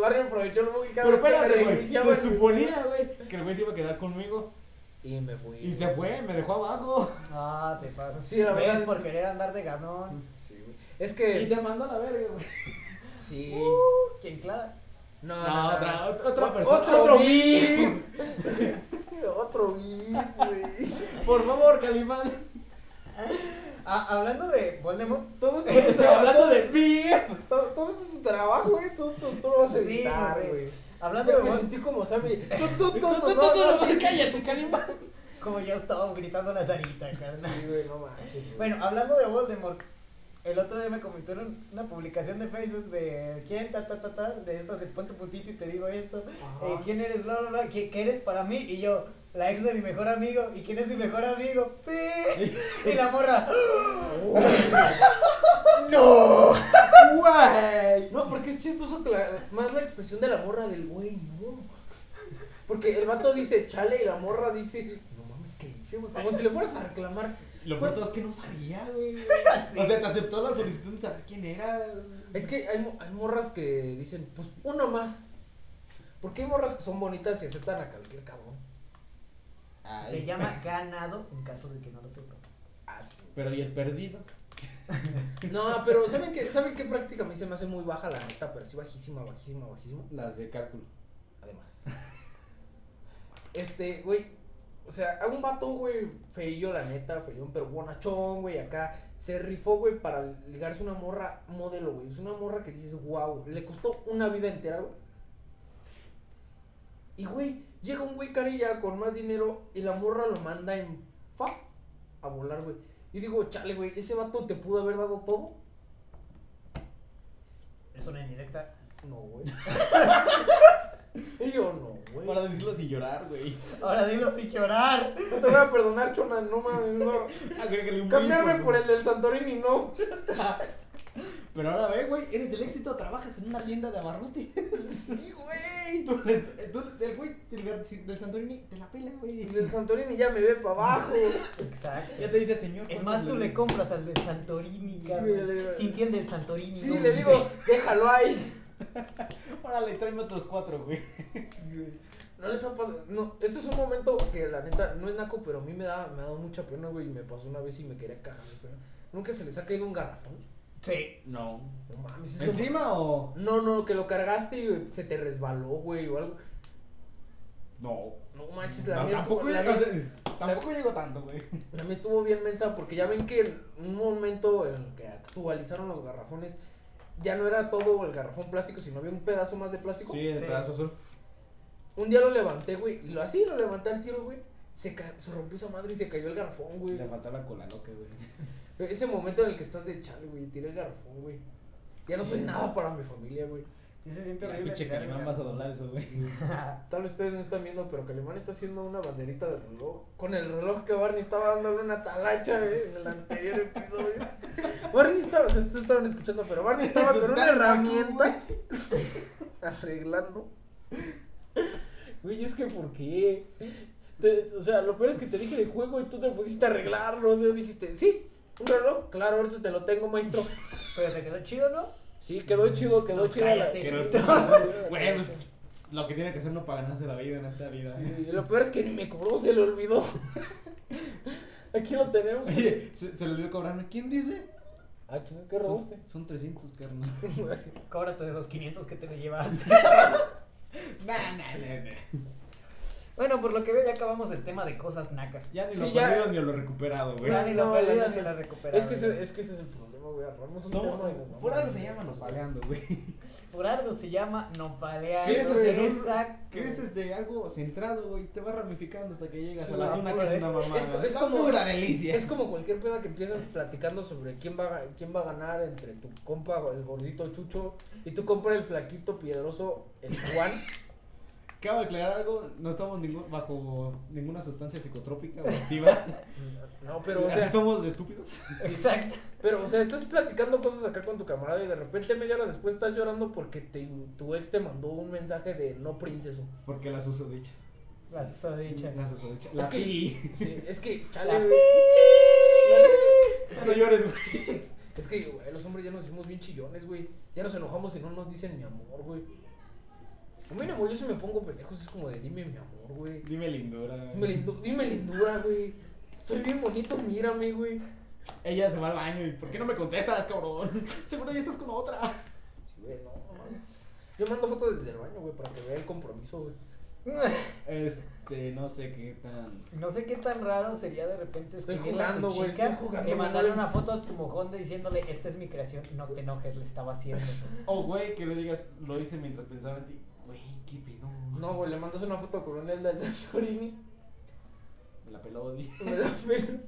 Speaker 3: Barrio aprovechó el bug y cada
Speaker 2: Pero
Speaker 3: vez que me
Speaker 2: espérate, güey.
Speaker 3: reiniciaba
Speaker 2: Se
Speaker 3: el-
Speaker 2: suponía, güey, que el güey se iba a quedar conmigo.
Speaker 3: Y me fui.
Speaker 2: Y se fue, me dejó abajo.
Speaker 1: Ah, te pasas.
Speaker 3: Sí, la
Speaker 1: ¿Ves?
Speaker 3: verdad es
Speaker 1: por
Speaker 3: que- Mm.
Speaker 1: querer andar de ganón. Uh,
Speaker 3: Sí, güey. Es
Speaker 2: Y Uh.
Speaker 3: que.
Speaker 2: te mandó a la verga, güey.
Speaker 3: Sí.
Speaker 1: ¿Quién clara?
Speaker 3: No,
Speaker 4: No,
Speaker 3: no, no.
Speaker 4: otra, otra, otra
Speaker 3: O-
Speaker 4: persona.
Speaker 3: Otro,
Speaker 2: Otro
Speaker 3: VIP. otro VIP, güey.
Speaker 2: Por favor, Calimán.
Speaker 1: Ah, hablando de Voldemort.
Speaker 3: Todo esto es tu
Speaker 2: Estoy
Speaker 3: trabajo.
Speaker 2: hablando de PIF.
Speaker 3: Todo, todo esto es tu trabajo, güey. Tú, tú, tú lo vas a
Speaker 1: Sí,
Speaker 3: editar,
Speaker 1: güey.
Speaker 3: güey.
Speaker 1: Hablando
Speaker 3: Yo
Speaker 1: de
Speaker 3: me
Speaker 1: Voldemort.
Speaker 3: sentí como Sammy. Tú, tú, tú, tú,
Speaker 4: Tú, tú, tú,
Speaker 3: no,
Speaker 4: tú,
Speaker 3: no,
Speaker 4: no,
Speaker 3: sí, sí.
Speaker 4: cállate, Calimán.
Speaker 1: Como yo estaba gritando la Sarita, carnal.
Speaker 3: Sí, güey, no manches. güey.
Speaker 1: Bueno, hablando de Voldemort, el otro día me comentaron una publicación de Facebook de quién, ta, ta, ta, ta, de estas de pon tu puntito y te digo esto,
Speaker 3: Ajá.
Speaker 1: eh, quién eres, bla, bla, bla, ¿qué, qué eres para mí, y yo, la ex de mi mejor amigo, y quién es mi mejor amigo, ¡Sí! y la morra, ¡No! ¡Güey!
Speaker 3: No, porque es chistoso que la- más la expresión de la morra del güey, no. Porque el vato dice chale y la morra dice, no mames, ¿qué dice, güey? Como si le fueras a reclamar.
Speaker 2: Lo
Speaker 3: peor
Speaker 2: peor
Speaker 3: de
Speaker 2: es que no sabía, güey.
Speaker 1: Sí.
Speaker 2: O sea, te aceptó la solicitud de saber quién era.
Speaker 3: Es que hay, mo- hay morras que dicen, pues uno más. Porque hay morras que son bonitas y aceptan a cualquier cabrón.
Speaker 2: Ay,
Speaker 1: Se llama ganado, en caso de que no lo sepa.
Speaker 3: Ah, su-
Speaker 2: Pero y el perdido.
Speaker 3: No, pero ¿saben qué, ¿saben qué práctica a mí se me hace muy baja la neta? Pero sí bajísima, bajísima, bajísima.
Speaker 2: Las de cálculo.
Speaker 3: Además. Este, güey. O sea, a un vato, güey, feillo, la neta, feillón, pero bonachón, güey, acá. Se rifó, güey, para ligarse una morra modelo, güey. Es una morra que dices, wow, le costó una vida entera, güey. Y, güey, llega un güey carilla con más dinero y la morra lo manda en fa a volar, güey. Y digo, chale, güey, ese vato te pudo haber dado todo.
Speaker 1: Es una indirecta.
Speaker 3: No, güey. y yo, no, güey.
Speaker 2: Para decirlo sin llorar, güey.
Speaker 1: Ahora dilo sin llorar.
Speaker 3: No te voy a perdonar, Chona, no mames, no.
Speaker 2: Agrégale un
Speaker 3: Cambiarme
Speaker 2: brinco,
Speaker 3: por
Speaker 2: güey.
Speaker 3: el del Santorini, no.
Speaker 2: Pero ahora ve, güey, eres del éxito, trabajas en una tienda de abarrotes.
Speaker 3: Sí, güey.
Speaker 2: Tú, les- tú- el güey del, del Santorini te la pela, güey.
Speaker 3: El del Santorini ya me ve para abajo.
Speaker 1: Exacto.
Speaker 2: Ya te dice, señor.
Speaker 1: Es
Speaker 2: ¿cuánto
Speaker 1: más, tú le
Speaker 2: debo?"
Speaker 1: compras al del Santorini,
Speaker 3: Sí,
Speaker 1: cabrón.
Speaker 3: le digo-
Speaker 1: Sin ti el del Santorini.
Speaker 3: Sí,
Speaker 1: no,
Speaker 3: le
Speaker 1: güey.
Speaker 3: digo, déjalo ahí.
Speaker 2: Órale, tráeme otros cuatro, güey.
Speaker 3: No les ha pasado. No, eso es un momento que la neta no es naco, pero a mí me da, me ha dado mucha pena, güey. Y me pasó una vez y me quería cagar. de pena. Nunca se les ha caído un garrafón.
Speaker 1: Sí.
Speaker 4: No.
Speaker 3: No mames, es lo-
Speaker 2: ¿Encima o.?
Speaker 3: No, no, que lo cargaste y güey, se te resbaló, güey, o algo.
Speaker 4: No.
Speaker 3: No manches, la
Speaker 2: No,
Speaker 3: mía
Speaker 2: tampoco
Speaker 3: estuvo- la
Speaker 2: llego-
Speaker 3: mía-
Speaker 2: o sea, tampoco llego tanto, güey.
Speaker 3: A mí estuvo bien mensa porque ya ven que en un momento en que actualizaron los garrafones, ya no era todo el garrafón plástico, sino había un pedazo más de plástico.
Speaker 2: el
Speaker 1: Sí.
Speaker 2: azul.
Speaker 3: Un día lo levanté, güey, y lo así, lo levanté al tiro, güey. Se, ca- se rompió esa madre y se cayó el garrafón, güey.
Speaker 2: Le faltó la cola loca, güey.
Speaker 3: Ese momento en el que estás de chale, güey, tiré el garrafón, güey. Ya no
Speaker 1: Sí.
Speaker 3: soy nada para mi familia, güey.
Speaker 1: Sí, se siente
Speaker 2: La
Speaker 1: horrible.
Speaker 2: pinche
Speaker 1: tirar el
Speaker 2: calimán vas a doblar eso, güey.
Speaker 3: Tal vez ustedes no están viendo, pero Calimán está haciendo una banderita de reloj. Con el reloj que Barney estaba dándole una talacha eh, en el anterior episodio. Barney estaba, o sea, ustedes estaban escuchando, pero Barney estaba
Speaker 2: Eso
Speaker 3: con una
Speaker 2: está naco,
Speaker 3: herramienta arreglando. Güey, es que ¿por qué? Te- o sea, lo peor es que te dije de juego y tú te pusiste a arreglarlo. O sea, dijiste, sí, un reloj. Claro, ahorita te lo tengo, maestro.
Speaker 1: Pero te quedó chido, ¿no?
Speaker 3: Sí, quedó chido, quedó
Speaker 1: Pues
Speaker 3: chido.
Speaker 1: cállate.
Speaker 2: Que no-
Speaker 3: Entonces-
Speaker 2: Güey, pues, pues, lo que tiene que hacer no para ganarse la vida en esta vida.
Speaker 3: Sí, lo peor es que ni me cobró, se le olvidó. Aquí lo tenemos.
Speaker 2: Oye, se, se le olvidó cobrar. ¿no? ¿Quién dice?
Speaker 3: Ah, chingada, ¿qué robaste?
Speaker 2: Son, son 300, carnal.
Speaker 3: Así.
Speaker 1: Cóbrate de los 500 que te le llevaste.
Speaker 2: Nah, nah, nah, nah.
Speaker 1: Bueno, por lo que veo ya acabamos el tema de cosas nacas.
Speaker 2: Ya ni
Speaker 3: Sí,
Speaker 2: lo
Speaker 3: ya.
Speaker 2: perdido ni lo recuperado, güey.
Speaker 1: Ya ni lo
Speaker 3: No,
Speaker 1: perdido
Speaker 3: la
Speaker 1: ni
Speaker 3: neta.
Speaker 1: la recuperado.
Speaker 3: Es que, ese, es que ese es el problema, güey. Armamos un
Speaker 2: Somos-
Speaker 3: tema y nos vamos.
Speaker 2: por algo se llaman los baleando, güey.
Speaker 1: Por algo se llama nopalear.
Speaker 2: Creces en un-
Speaker 1: Exacto.
Speaker 2: Creces de este, algo centrado, güey. Te vas ramificando hasta que llegas
Speaker 1: Es
Speaker 2: a la
Speaker 1: una
Speaker 2: tuna que
Speaker 1: pura
Speaker 2: es una mamada.
Speaker 3: ¿eh? es- es
Speaker 2: Una
Speaker 3: como-
Speaker 2: pura delicia.
Speaker 3: Es como cualquier peda que empiezas platicando sobre quién va, a- quién va a ganar entre tu compa, el gordito Chucho, y tu compa, el flaquito piedroso, el Juan.
Speaker 2: Acabo de aclarar algo, no estamos ningún- bajo ninguna sustancia psicotrópica o activa.
Speaker 3: No, pero o
Speaker 2: Así
Speaker 3: sea,
Speaker 2: somos de estúpidos.
Speaker 1: Exacto.
Speaker 3: pero o sea, estás platicando cosas acá con tu camarada y de repente media hora después estás llorando porque te- tu ex te mandó un mensaje de no princeso.
Speaker 2: Porque las uso dicha.
Speaker 1: Las susodichas.
Speaker 2: Las uso dicha. La
Speaker 3: es que
Speaker 2: pi.
Speaker 3: sí, es que
Speaker 1: La
Speaker 3: chale. güey. La-
Speaker 2: Es que no llores, güey.
Speaker 3: Es que güey, los hombres ya nos hicimos bien chillones, güey. Ya nos enojamos y no nos dicen mi amor, güey. A mí, mi amor, yo si me pongo pendejos es como de dime mi amor, güey.
Speaker 2: Dime lindura.
Speaker 3: Dime, lindu- dime lindura, güey. Estoy bien bonito, mírame, güey.
Speaker 2: Ella se va al baño y ¿por qué no me contestas, cabrón? Seguro ya estás con otra.
Speaker 3: Sí, güey, no, no mames. Yo mando fotos desde el baño, güey, para que vea el compromiso, güey.
Speaker 2: Este, no sé qué tan.
Speaker 1: No sé qué tan raro sería de repente
Speaker 3: Estoy
Speaker 1: escribirle a tu
Speaker 3: jugando, güey,
Speaker 1: chica
Speaker 3: estoy jugando,
Speaker 1: y
Speaker 3: me
Speaker 1: mandarle
Speaker 3: duele.
Speaker 1: una foto a tu mojón de diciéndole, esta es mi creación, no te enojes, le estaba haciendo.
Speaker 2: Oh, güey, que le digas, lo hice mientras pensaba en ti. Güey, qué pedo.
Speaker 3: No, güey, le mandas una foto con un Elda del Santorini.
Speaker 2: Me la peló, di.
Speaker 3: Me da pena.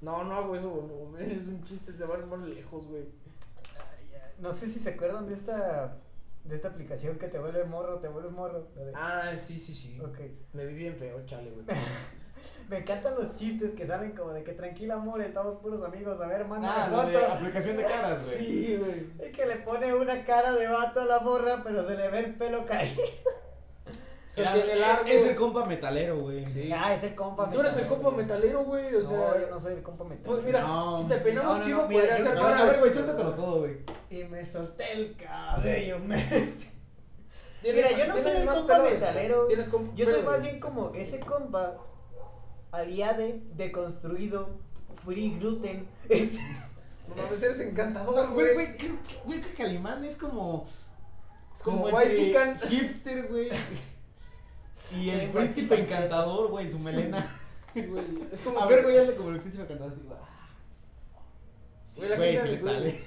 Speaker 3: No, no hago eso, güey. Es un chiste, se van más lejos, güey.
Speaker 1: No sé si se acuerdan de esta de esta aplicación que te vuelve morro, te vuelve morro. la de-
Speaker 3: Ah, sí, sí, sí.
Speaker 1: Ok.
Speaker 3: Me vi bien feo, chale, güey.
Speaker 1: Me encantan los chistes que salen como de que tranquila amor, estamos puros amigos, a ver, manda
Speaker 2: Ah,
Speaker 1: la
Speaker 2: la de
Speaker 1: foto.
Speaker 2: aplicación de caras, güey.
Speaker 3: Sí, güey.
Speaker 1: Y que le pone una cara de vato a la morra, pero se le ve el pelo caído.
Speaker 3: Se
Speaker 2: Era-
Speaker 3: tiene largo.
Speaker 2: Es el compa metalero, güey.
Speaker 3: Sí.
Speaker 1: Ah, es el compa
Speaker 3: Tú eres el
Speaker 1: metalero.
Speaker 3: compa metalero, güey. O sea,
Speaker 1: No, yo no soy el compa metalero.
Speaker 3: pues mira,
Speaker 2: No.
Speaker 3: si te peinamos
Speaker 1: No, no,
Speaker 3: chido,
Speaker 1: no, mira,
Speaker 3: podría
Speaker 1: yo-
Speaker 3: ser
Speaker 1: no,
Speaker 2: A ver,
Speaker 3: para-
Speaker 2: a ver, güey, suéltatelo todo, güey.
Speaker 1: Y me solté el cabello, me...
Speaker 3: Tiene-
Speaker 1: Mira, yo no
Speaker 3: tienes
Speaker 1: soy el
Speaker 3: más
Speaker 1: compa
Speaker 3: pelo de-
Speaker 1: metalero.
Speaker 3: Tienes compa.
Speaker 1: Yo soy
Speaker 3: pelo
Speaker 1: más
Speaker 3: de-
Speaker 1: bien como ese compa aliade, deconstruido, free gluten. este, Es-
Speaker 3: No mames, eres encantador,
Speaker 2: Güey,
Speaker 3: güey.
Speaker 2: güey, creo que- güey, que Calimán es como.
Speaker 3: Es como
Speaker 2: entre
Speaker 3: White Chican.
Speaker 2: Hipster, güey. Y
Speaker 1: Sí,
Speaker 2: el
Speaker 1: güey,
Speaker 2: príncipe
Speaker 1: sí,
Speaker 2: encantador, güey, su melena.
Speaker 3: Sí, güey. Es como.
Speaker 2: A
Speaker 3: que-
Speaker 2: ver, güey, hazle como el príncipe encantador. Así, ah. Sí,
Speaker 3: Güey, la
Speaker 2: güey,
Speaker 3: gente
Speaker 2: se le
Speaker 3: le-
Speaker 2: sale.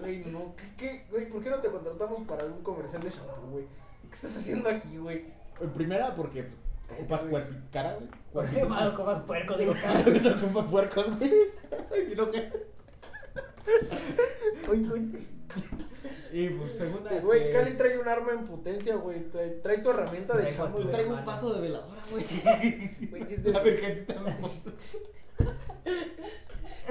Speaker 3: Güey, no. ¿qué, qué, güey, ¿por qué no te contratamos para algún comercial de shampoo, güey? ¿Qué estás haciendo aquí, güey?
Speaker 2: En primera, porque pues, ocupas
Speaker 3: güey.
Speaker 2: cuerpi- cara, güey.
Speaker 1: Porque malo comas puerco, digo,
Speaker 2: Cuerpito. No ocupas puercos, güey. Y lo que-
Speaker 1: uy, uy.
Speaker 2: Y pues, segunda.
Speaker 3: Eh,
Speaker 2: este,
Speaker 3: Güey, Cali trae un arma en potencia, güey. Trae, trae tu herramienta de
Speaker 1: Traigo
Speaker 3: chamo,
Speaker 1: tu-
Speaker 2: Yo
Speaker 3: güey.
Speaker 2: traigo un paso de veladora, güey.
Speaker 3: Güey, que es de-
Speaker 2: La vergüenza me monta.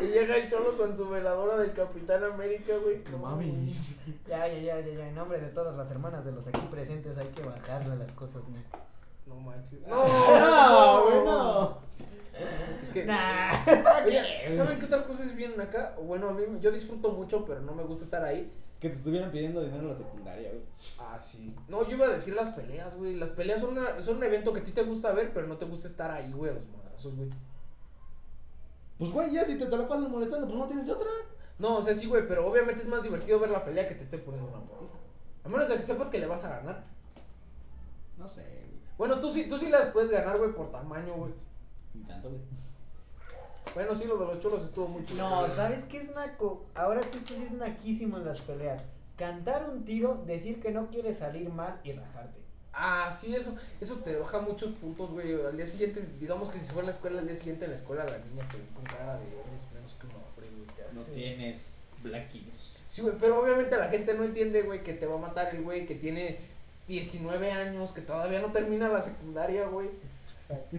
Speaker 3: Y llega el cholo con su veladora del Capitán América, güey.
Speaker 2: No mames.
Speaker 1: Ya, ya, ya, ya, ya. En nombre de todas las hermanas de los aquí presentes, hay que bajarle las cosas, ¿no?
Speaker 3: No manches. Ah.
Speaker 2: No, güey, no. Ah,
Speaker 3: Es que.
Speaker 1: Nah.
Speaker 3: Oye, ¿saben qué otra cosa es bien acá? Bueno, a mí yo disfruto mucho, pero no me gusta estar ahí.
Speaker 2: Que te estuvieran pidiendo dinero en la secundaria, güey.
Speaker 3: Ah, sí. No, yo iba a decir las peleas, güey. Las peleas son, una- son un evento que a ti te gusta ver, pero no te gusta estar ahí, güey, a los madrazos, güey.
Speaker 2: Pues, güey, ya si te, te la pasas molestando, pues no tienes otra.
Speaker 3: No, o sea, sí, güey, pero obviamente es más divertido ver la pelea que te esté poniendo una putiza. A menos de que sepas que le vas a ganar.
Speaker 2: No sé, güey.
Speaker 3: Bueno, tú sí, tú sí las puedes ganar, güey, por tamaño, güey.
Speaker 2: Ni tanto, güey.
Speaker 3: Bueno, sí, lo de los cholos estuvo muy chido.
Speaker 1: No, ¿sabes qué es naco? Ahora sí, esto sí es naquísimo en las peleas. Cantar un tiro, decir que no quieres salir mal y rajarte.
Speaker 3: Ah, sí, eso, eso te baja muchos puntos, güey. Al día siguiente, digamos que si fue a la escuela, al día siguiente en la escuela la niña te ve con cara de eres menos que un hombre, güey.
Speaker 1: Ya sé.
Speaker 2: tienes blanquillos.
Speaker 3: Sí, güey, pero obviamente la gente no entiende, güey, que te va a matar el güey que tiene 19 años, que todavía no termina la secundaria, güey.
Speaker 1: Exacto.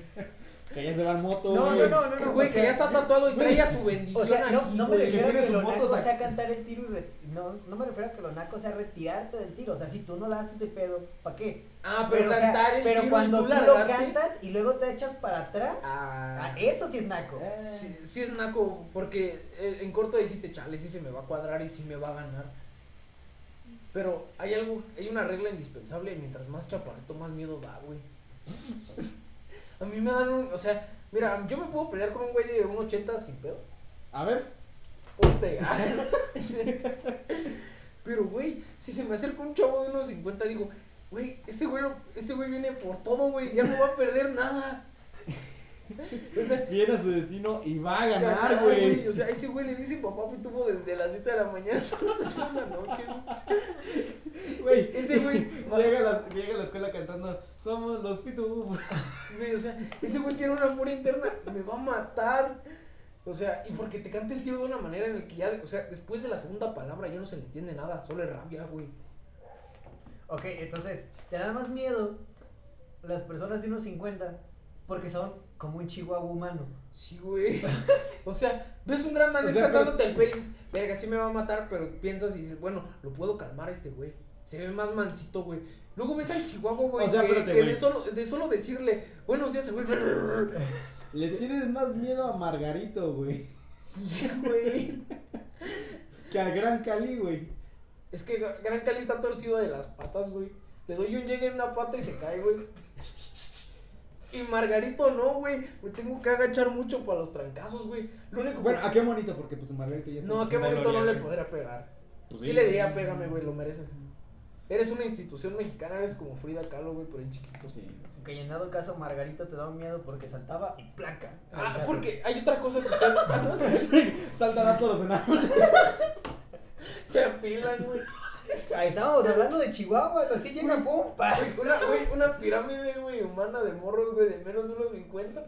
Speaker 2: Que ya se van motos.
Speaker 1: No, no,
Speaker 2: güey.
Speaker 1: no, no,
Speaker 3: Que,
Speaker 1: no.
Speaker 3: Güey,
Speaker 1: o
Speaker 3: que
Speaker 1: sea,
Speaker 3: ya está tatuado y trae a su bendición
Speaker 1: O sea, no,
Speaker 3: aquí,
Speaker 1: no me
Speaker 3: güey.
Speaker 1: refiero a
Speaker 2: tiene
Speaker 1: que
Speaker 2: su
Speaker 1: lo
Speaker 2: moto
Speaker 1: naco
Speaker 2: sac-
Speaker 1: sea cantar el tiro y re- no, no me refiero a que lo naco sea retirarte del tiro. O sea, si tú no la haces de pedo, ¿para qué?
Speaker 3: Ah, pero,
Speaker 1: o sea,
Speaker 3: cantar el
Speaker 1: pero
Speaker 3: tiro y
Speaker 1: cuando
Speaker 3: tú
Speaker 1: tú,
Speaker 3: la
Speaker 1: lo
Speaker 3: regarte.
Speaker 1: cantas y luego te echas para atrás,
Speaker 3: Ah,
Speaker 1: ah, eso sí es naco.
Speaker 2: Eh,
Speaker 3: sí, sí es naco, porque eh, en corto dijiste, chale, sí se me va a cuadrar y sí me va a ganar. Pero hay algo, hay una regla indispensable, mientras más chaparrito, más miedo da, güey. a mí me dan un, o sea, mira, yo me puedo pelear con un güey de un 80 sin pedo.
Speaker 2: A ver,
Speaker 3: Puta, ya. Pero, güey, si se me acerca un chavo de unos 50, digo, Güey, este güey, lo- este güey viene por todo, güey. Ya no va a perder nada. O sea,
Speaker 2: Viene a su destino y va a ganar,
Speaker 3: ganar,
Speaker 2: güey.
Speaker 3: O sea, ese güey le dice papá pitufo desde las 7 de la mañana hasta las 8 de la noche.
Speaker 2: Güey,
Speaker 3: Ese güey va-
Speaker 2: llega, a la- llega a la escuela cantando, somos los pitufos.
Speaker 3: Güey, o sea, ese güey tiene una furia interna, me va a matar. O sea, y porque te canta el tío de una manera en la que ya, o sea, después de la segunda palabra ya no se le entiende nada, solo es rabia, güey.
Speaker 1: Ok, entonces, te dan más miedo las personas de unos 50 porque son como un chihuahua humano.
Speaker 3: Sí, güey. O sea, ves un gran danés
Speaker 2: O sea, pero-
Speaker 3: cantándote el pelo y dices, verga, sí me va a matar, pero piensas y dices, bueno, lo puedo calmar a este güey. Se ve más mansito, güey. Luego ves al chihuahua, güey,
Speaker 2: O sea,
Speaker 3: que,
Speaker 2: espérate,
Speaker 3: que
Speaker 2: güey.
Speaker 3: de, solo, de solo decirle, buenos días, el güey.
Speaker 2: Le tienes más miedo a Margarito, güey,
Speaker 3: Sí, güey.
Speaker 2: que al Gran Cali, güey.
Speaker 3: Es que Gra- Gran Cali está torcido de las patas, güey. Le doy un llegue en una pata y se cae, güey. Y Margarito no, güey. Me tengo que agachar mucho para los trancazos, güey. Lo único
Speaker 2: Bueno,
Speaker 3: que-
Speaker 2: a qué bonito, porque pues Margarito ya está.
Speaker 3: No,
Speaker 2: en
Speaker 3: a
Speaker 2: 60
Speaker 3: qué
Speaker 2: y
Speaker 3: bonito no
Speaker 2: gloria,
Speaker 3: le
Speaker 2: güey.
Speaker 3: podría pegar.
Speaker 4: Pues
Speaker 3: sí,
Speaker 4: sí.
Speaker 3: le diría, pégame, güey, lo mereces. Eres una institución mexicana, eres como Frida Kahlo, güey, pero en chiquito.
Speaker 4: Sí, sí.
Speaker 1: Ok, en dado caso, Margarito te da un miedo porque saltaba y placa.
Speaker 3: Ah,
Speaker 1: Ahí se hace.
Speaker 3: porque hay otra cosa que usted-
Speaker 2: Saltará todos los enanos.
Speaker 3: se apilan, güey.
Speaker 1: Ahí estábamos hablando de chihuahuas, así llega compa.
Speaker 3: Güey, Una, güey, una pirámide, güey, humana de morros, güey, de menos de unos 50.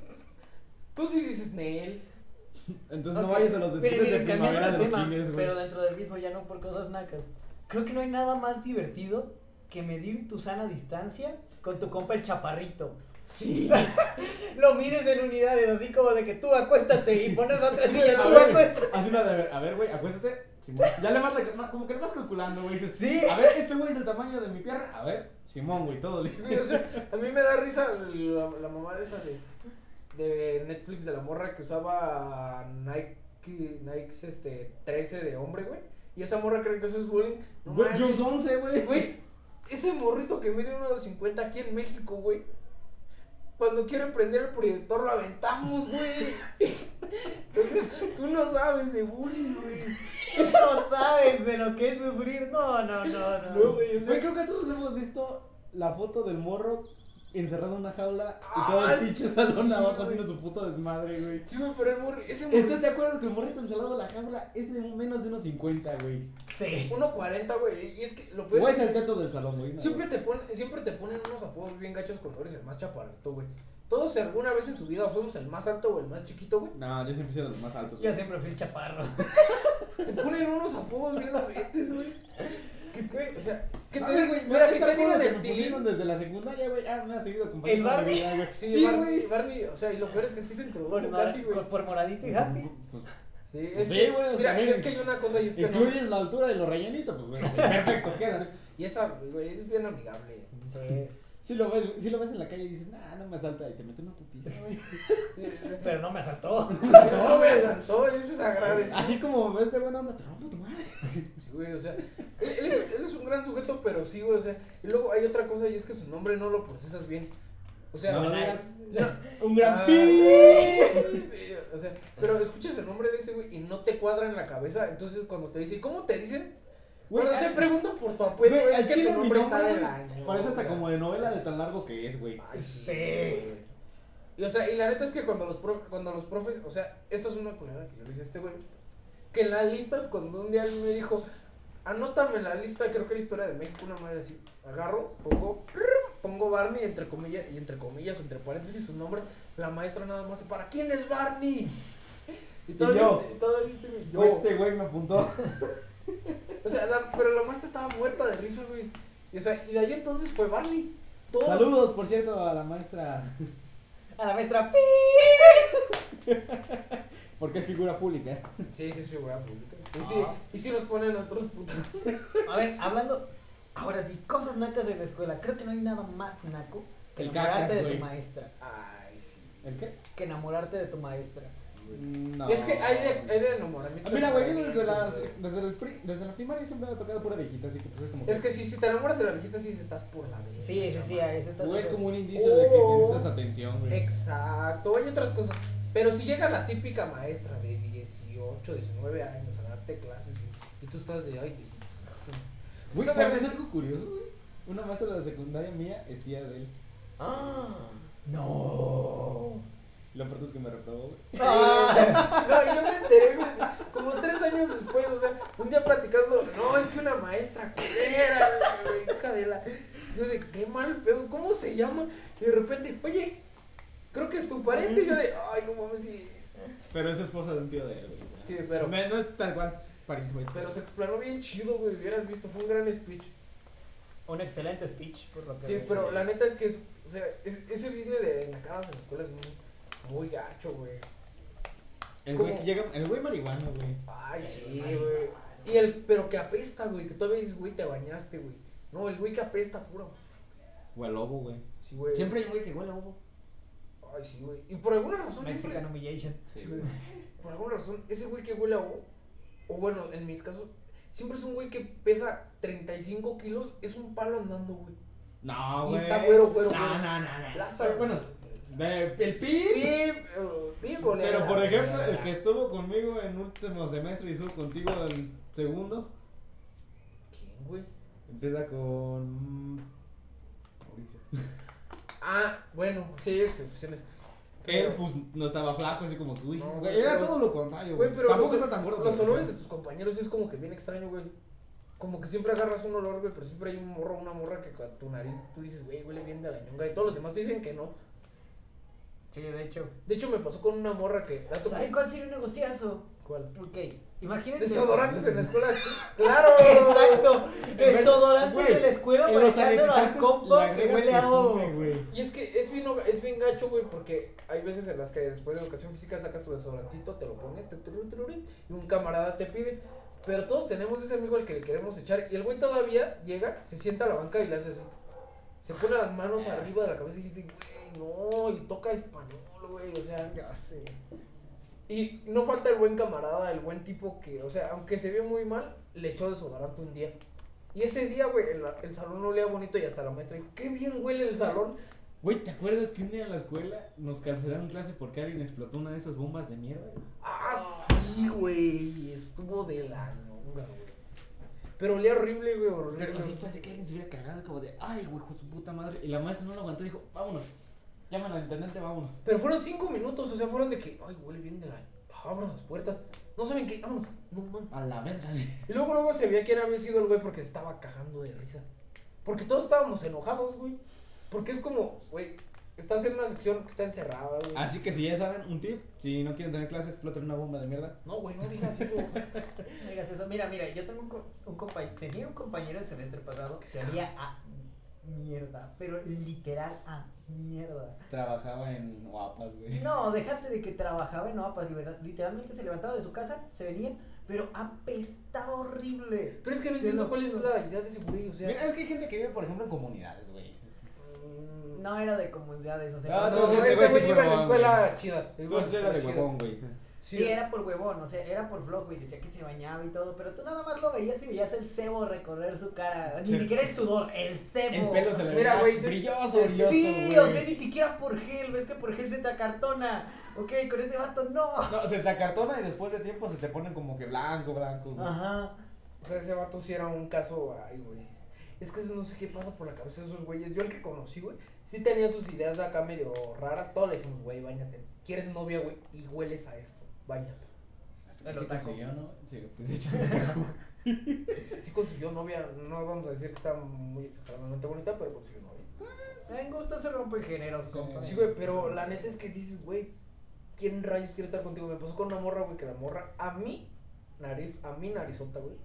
Speaker 3: Tú sí dices, Nel.
Speaker 2: Entonces no vayas a los desfiles de primavera de los kinders, güey.
Speaker 1: Pero dentro del mismo, ya no por cosas nacas. Creo que no hay nada más divertido que medir tu sana distancia con tu compa el chaparrito.
Speaker 3: Sí.
Speaker 1: Lo mides en unidades, así como de que tú acuéstate y pones la otra silla,
Speaker 2: A
Speaker 1: tú
Speaker 2: ver,
Speaker 1: acuéstate.
Speaker 2: Así una de, a ver, güey, acuéstate. Simón. Ya le vas, la- como que le vas calculando, güey. Dices,
Speaker 1: Sí.
Speaker 2: A ver, este güey es del tamaño de mi pierna. A ver, Simón, güey, todo listo.
Speaker 3: Güey, o sea, a mí me da risa la, la mamá de esa de, de Netflix de la morra que usaba Nike, Nike este, 13 de hombre, güey. Y esa morra cree que eso es bullying. No
Speaker 2: Güey, yo
Speaker 3: manches,
Speaker 2: uso 11, güey.
Speaker 3: güey. Ese morrito que mide 1.50 aquí en México, güey. Cuando quiere prender el proyector lo aventamos, güey. O sea, tú no sabes de bullying, güey.
Speaker 1: No sabes de lo que es sufrir. No, no, no, no.
Speaker 3: No, güey, o sea-
Speaker 2: Güey, creo que todos hemos visto la foto del morro encerrado en una jaula y todo
Speaker 3: Ah,
Speaker 2: el pinche
Speaker 3: sí,
Speaker 2: salón abajo
Speaker 3: güey.
Speaker 2: haciendo su puto desmadre, güey.
Speaker 3: Sí, güey, pero el morro, ese morrito.
Speaker 2: ¿Estás de acuerdo que el morrito encerrado en la jaula es de menos de unos 50, güey?
Speaker 1: Sí.
Speaker 3: 1.40, güey. Y es que lo
Speaker 2: O
Speaker 3: puedes
Speaker 2: es el teto del salón, güey. no,
Speaker 3: Pues Siempre te, ponen, siempre te ponen unos apodos bien gachos cuando eres el más chaparrito, güey. Todos alguna vez en su vida fuimos el más alto o el más chiquito, güey.
Speaker 2: No, yo siempre he sido de los más altos.
Speaker 1: Yo
Speaker 2: güey.
Speaker 1: siempre fui el chaparro.
Speaker 3: Te ponen unos apodos bien ojetes, güey. Que te- O sea, que te
Speaker 2: A ver, güey,
Speaker 3: digan,
Speaker 2: me
Speaker 3: mira,
Speaker 2: vas a
Speaker 3: que
Speaker 2: estar
Speaker 3: te digan
Speaker 2: que
Speaker 3: el
Speaker 2: me pusieron
Speaker 3: tilín.
Speaker 2: desde la secundaria, güey. Ah, me ha seguido acompañando.
Speaker 1: ¿El
Speaker 2: toda
Speaker 1: Barney?
Speaker 2: mi vida, güey.
Speaker 3: Sí,
Speaker 2: Sí,
Speaker 3: Barney,
Speaker 2: güey. ah,
Speaker 3: Barney, o sea, y lo peor es que sí se entregó
Speaker 1: Por,
Speaker 3: casi,
Speaker 1: mora-
Speaker 3: güey.
Speaker 1: por- por moradito y happy.
Speaker 3: Sí, es
Speaker 2: Sí,
Speaker 3: que,
Speaker 2: güey, o sea,
Speaker 3: mira,
Speaker 2: güey.
Speaker 3: es que hay una cosa y es que no.
Speaker 2: Incluyes la altura de los rellenitos, pues, güey. Perfecto, queda.
Speaker 3: Y esa, güey, es bien amigable.
Speaker 1: Sí.
Speaker 2: Si lo ves, si lo ves en la calle y dices, nah, no me asalta. Y te mete una putiza, güey.
Speaker 1: Pero no me asaltó.
Speaker 3: No, me asaltó, y eso es agradecido.
Speaker 2: Así como ves de buena onda, te rompo tu madre.
Speaker 3: Sí, güey, o sea, él, él es, él es un gran sujeto, pero sí, güey, o sea, y luego hay otra cosa y es que su nombre no lo procesas bien. O sea,
Speaker 2: No, no
Speaker 3: no,
Speaker 2: digas.
Speaker 3: no,
Speaker 2: Un gran
Speaker 3: Ah,
Speaker 2: pi.
Speaker 3: o sea, pero escuchas el nombre de ese güey y no te cuadra en la cabeza, entonces cuando te dice, ¿cómo te dicen?
Speaker 2: Güey,
Speaker 3: cuando
Speaker 2: al-
Speaker 3: te preguntan por tu
Speaker 2: güey,
Speaker 3: apodo, es
Speaker 2: al
Speaker 3: que tu
Speaker 2: chile mi
Speaker 3: nombre está
Speaker 2: nombre,
Speaker 3: del
Speaker 2: güey,
Speaker 3: año.
Speaker 2: Parece hasta
Speaker 3: güey.
Speaker 2: como de novela de tan largo que es, güey.
Speaker 3: Ay, sí.
Speaker 1: Sí.
Speaker 3: güey. Y, o sea, y la neta es que cuando los, pro- cuando los profes, o sea, esta es una culera que yo le hice a este güey, que en las listas, cuando un día me dijo, anótame la lista, creo que era historia de México, una madre así, agarro, pongo, prrr, pongo Barney, entre comillas, y entre comillas, o entre paréntesis, su nombre, la maestra nada más, para ¿quién es Barney? Y todo
Speaker 2: Y yo.
Speaker 3: listo, y todo listo, y yo.
Speaker 2: Güey, Este güey me apuntó.
Speaker 3: O sea, la- pero la maestra estaba muerta de risa, güey. Y, o sea, y de ahí entonces fue Barney. Todo,
Speaker 2: Saludos, por cierto, a la maestra.
Speaker 1: A la maestra. pi.
Speaker 2: Porque es figura pública. ¿eh?
Speaker 3: Sí, sí, sí, güey, pública. Y sí, y sí nos ponen otros putos.
Speaker 1: A ver, hablando. Ahora sí, cosas nacas de la escuela. Creo que no hay nada más naco que
Speaker 2: El
Speaker 1: enamorarte
Speaker 2: cacas,
Speaker 1: de
Speaker 2: güey.
Speaker 1: tu maestra.
Speaker 3: Ay, sí.
Speaker 2: ¿El qué?
Speaker 1: Que enamorarte de tu maestra.
Speaker 2: No.
Speaker 3: Y es que hay de, hay de enamoramiento.
Speaker 2: Ah, Mira, güey, yo desde
Speaker 3: enamoramiento,
Speaker 2: la,
Speaker 3: güey.
Speaker 2: desde, el pri- desde la primaria siempre me ha tocado pura viejita, así que pues es como. que-
Speaker 3: Es que sí, si te enamoras de la viejita, sí estás por la vida.
Speaker 1: Sí, sí, sí, a ese estás.
Speaker 2: Güey, es como un indicio
Speaker 3: Oh.
Speaker 2: de que necesitas atención, güey.
Speaker 3: Exacto, hay otras cosas. Pero si llega la típica maestra de 18, 19 años a darte clases y, y tú estás de, ay, 18.
Speaker 2: Güey,
Speaker 3: O sea,
Speaker 2: ¿sabes
Speaker 3: güey,
Speaker 2: algo curioso, güey? Una maestra de secundaria mía es tía de él.
Speaker 3: Ah.
Speaker 1: No.
Speaker 2: Lo peor es que me reprobó, güey.
Speaker 3: Sí, o sea, no, yo me enteré güey, como tres años después, o sea, un día platicando, no, es que una maestra culera, güey, hija de la... Yo de, qué mal pedo, ¿cómo se llama? Y de repente, oye, creo que es tu pariente, y yo de, ay, no mames, sí,
Speaker 2: Pero es esposa de un tío de él, güey.
Speaker 3: Sí, pero-
Speaker 2: No, no es tal cual. París, güey.
Speaker 3: pero se explanó bien chido, güey, hubieras visto, fue un gran speech.
Speaker 1: Un excelente speech, por lo que
Speaker 3: Sí,
Speaker 1: veo.
Speaker 3: pero la neta es que, es, o sea, es- ese business de nacadas en la escuela es muy, muy gacho, güey.
Speaker 2: El güey
Speaker 3: ¿Cómo?
Speaker 2: que llega. El güey marihuano, güey.
Speaker 3: Ay, sí, güey. Y el, pero que apesta, güey, que todavía dices, güey, te bañaste, güey. No, el güey que apesta puro.
Speaker 2: O el lobo, güey.
Speaker 3: Sí, güey.
Speaker 2: Siempre hay un güey que huele a lobo.
Speaker 3: Ay, sí, güey. Y por alguna razón,
Speaker 1: Mexican
Speaker 3: siempre,
Speaker 1: humillation.
Speaker 3: Sí, güey. por alguna razón, ese güey que huele a ovo, o bueno, en mis casos, siempre es un güey que pesa 35 kilos, es un palo andando, güey.
Speaker 2: No,
Speaker 3: Y
Speaker 2: Ah, güey.
Speaker 3: está güero, güero,
Speaker 2: No,
Speaker 3: güero.
Speaker 2: no, no, no.
Speaker 3: Laza,
Speaker 2: Pero
Speaker 3: güey.
Speaker 2: bueno, de- el pin.
Speaker 3: Bien, eh, bien goleada.
Speaker 2: Pero por ejemplo, el que estuvo conmigo en último semestre y estuvo contigo en segundo,
Speaker 3: ¿Quién, güey?
Speaker 2: empieza con. mm, Mauricio.
Speaker 3: Ah, bueno, sí, hay excepciones.
Speaker 2: Él,
Speaker 3: Pero-
Speaker 2: pues, no estaba flaco, así como tú dices,
Speaker 3: No,
Speaker 2: güey.
Speaker 3: güey,
Speaker 2: Era
Speaker 3: pero-
Speaker 2: todo lo contrario,
Speaker 3: Güey,
Speaker 2: güey.
Speaker 3: pero
Speaker 2: Tampoco
Speaker 3: los-
Speaker 2: está tan gordo.
Speaker 3: Los
Speaker 2: güey.
Speaker 3: olores de tus compañeros es como que bien extraño, güey. Como que siempre agarras un olor, güey, pero siempre hay un morro, una morra que con tu nariz tú dices, güey, huele bien de la ñonga. Y todos los demás te dicen que no.
Speaker 1: Sí, de hecho.
Speaker 3: De hecho, me pasó con una morra que. dato
Speaker 1: ¿Saben cuál sería un negociazo?
Speaker 3: ¿Cuál?
Speaker 1: Ok, imagínense.
Speaker 3: Desodorantes en la escuela. sí. ¡Claro!
Speaker 1: Exacto. Desodorantes
Speaker 2: Güey,
Speaker 1: en la escuela
Speaker 2: En
Speaker 1: para
Speaker 2: los
Speaker 1: echárselo al
Speaker 2: sanitizantes le
Speaker 1: compa que
Speaker 2: agregas
Speaker 1: huele a ovo.
Speaker 2: perfume, güey.
Speaker 3: Y es que es bien, es bien gacho, güey, porque hay veces en las que después de educación física sacas tu desodorantito, te lo pones, te turun, turun, y un camarada te pide. Pero todos tenemos ese amigo al que le queremos echar. Y el güey todavía llega, se sienta a la banca y le hace así. Se pone las manos arriba de la cabeza y dice, güey, no, y toca español, güey, o sea.
Speaker 1: Ya sé.
Speaker 3: Y no falta el buen camarada, el buen tipo que, o sea, aunque se vio muy mal, le echó desodorante un día. Y ese día, güey, el, el salón olía bonito y hasta la maestra dijo, qué bien huele el salón.
Speaker 4: Güey, ¿te acuerdas que un día en la escuela nos cancelaron clase porque alguien explotó una de esas bombas de mierda? güey?
Speaker 3: Ah, sí, güey. Estuvo de la ñonga, güey. Pero olía horrible, güey, horrible.
Speaker 4: Pero así parece que alguien se hubiera cagado, como de, ay, güey, hijo de su puta madre. Y la maestra no lo aguantó y dijo, vámonos. Llaman al intendente, vámonos.
Speaker 3: Pero fueron cinco minutos, o sea, fueron de que, ay, huele bien de la. Abran las puertas. No saben qué, vámonos. No man.
Speaker 4: A la verga, güey.
Speaker 3: Y luego, luego se veía quién había sido el güey porque estaba cagando de risa. Porque todos estábamos enojados, güey. Porque es como, güey, estás en una sección que está encerrada, güey.
Speaker 4: Ah,
Speaker 2: Así que si ya saben, un tip: si no quieren tener clases, exploten una bomba de mierda.
Speaker 3: No, güey, no digas eso.
Speaker 1: Digas eso. Mira, mira, yo tengo un, co- un compañero, tenía un compañero el semestre pasado que se olía a mierda, pero literal a mierda.
Speaker 2: Trabajaba en guapas, güey.
Speaker 1: No, dejate de que trabajaba en Oapas, libera- literalmente se levantaba de su casa, se venía, pero apestaba horrible.
Speaker 3: Pero es que no entiendo cuál es la idea de ese güey, o sea.
Speaker 2: Mira, es que hay gente que vive, por ejemplo, en comunidades, güey.
Speaker 3: mm,
Speaker 1: No era de comunidades, o
Speaker 2: Ah,
Speaker 1: sea,
Speaker 3: No,
Speaker 2: Entonces,
Speaker 3: este
Speaker 2: ese güey
Speaker 3: güey
Speaker 2: sí
Speaker 3: iba
Speaker 2: fue
Speaker 3: a la
Speaker 2: huevón,
Speaker 3: escuela
Speaker 2: güey.
Speaker 3: chida.
Speaker 2: Entonces era de huevón, güey.
Speaker 1: Sí, era por huevón, o sea, era por flojo y decía que se bañaba y todo, pero tú nada más lo veías y veías el cebo recorrer su cara, ni
Speaker 2: Sí.
Speaker 1: siquiera el sudor, el cebo.
Speaker 2: En pelos se le
Speaker 3: Mira,
Speaker 2: veía
Speaker 3: güey, se-
Speaker 2: Brilloso, brilloso.
Speaker 1: Sí,
Speaker 2: güey.
Speaker 1: o sea, ni siquiera por gel, ves que por gel se te acartona, ok, con ese vato no.
Speaker 2: No, se te acartona y después de tiempo se te ponen como que blanco, blanco. güey.
Speaker 1: Ajá.
Speaker 3: O sea, ese vato sí era un caso, ay, güey. Es que no sé qué pasa por la cabeza de esos güeyes. Yo el que conocí, güey, sí tenía sus ideas de acá medio raras. Todos le decimos, güey, bañate. ¿Quieres novia, güey? Y hueles a esto. Bañate.
Speaker 1: El
Speaker 2: Sí
Speaker 1: otaku.
Speaker 2: consiguió, ¿no? Sí, de hecho se otaku.
Speaker 3: Sí consiguió novia. No vamos a decir que está muy exageradamente bonita, pero consiguió novia.
Speaker 1: En gusto se rompen géneros, compa.
Speaker 3: Sí, güey, pero la neta es que dices, güey, ¿quién rayos quiere estar contigo? Me pasó con una morra, güey, que la morra a mi nariz, a mi narizota, güey.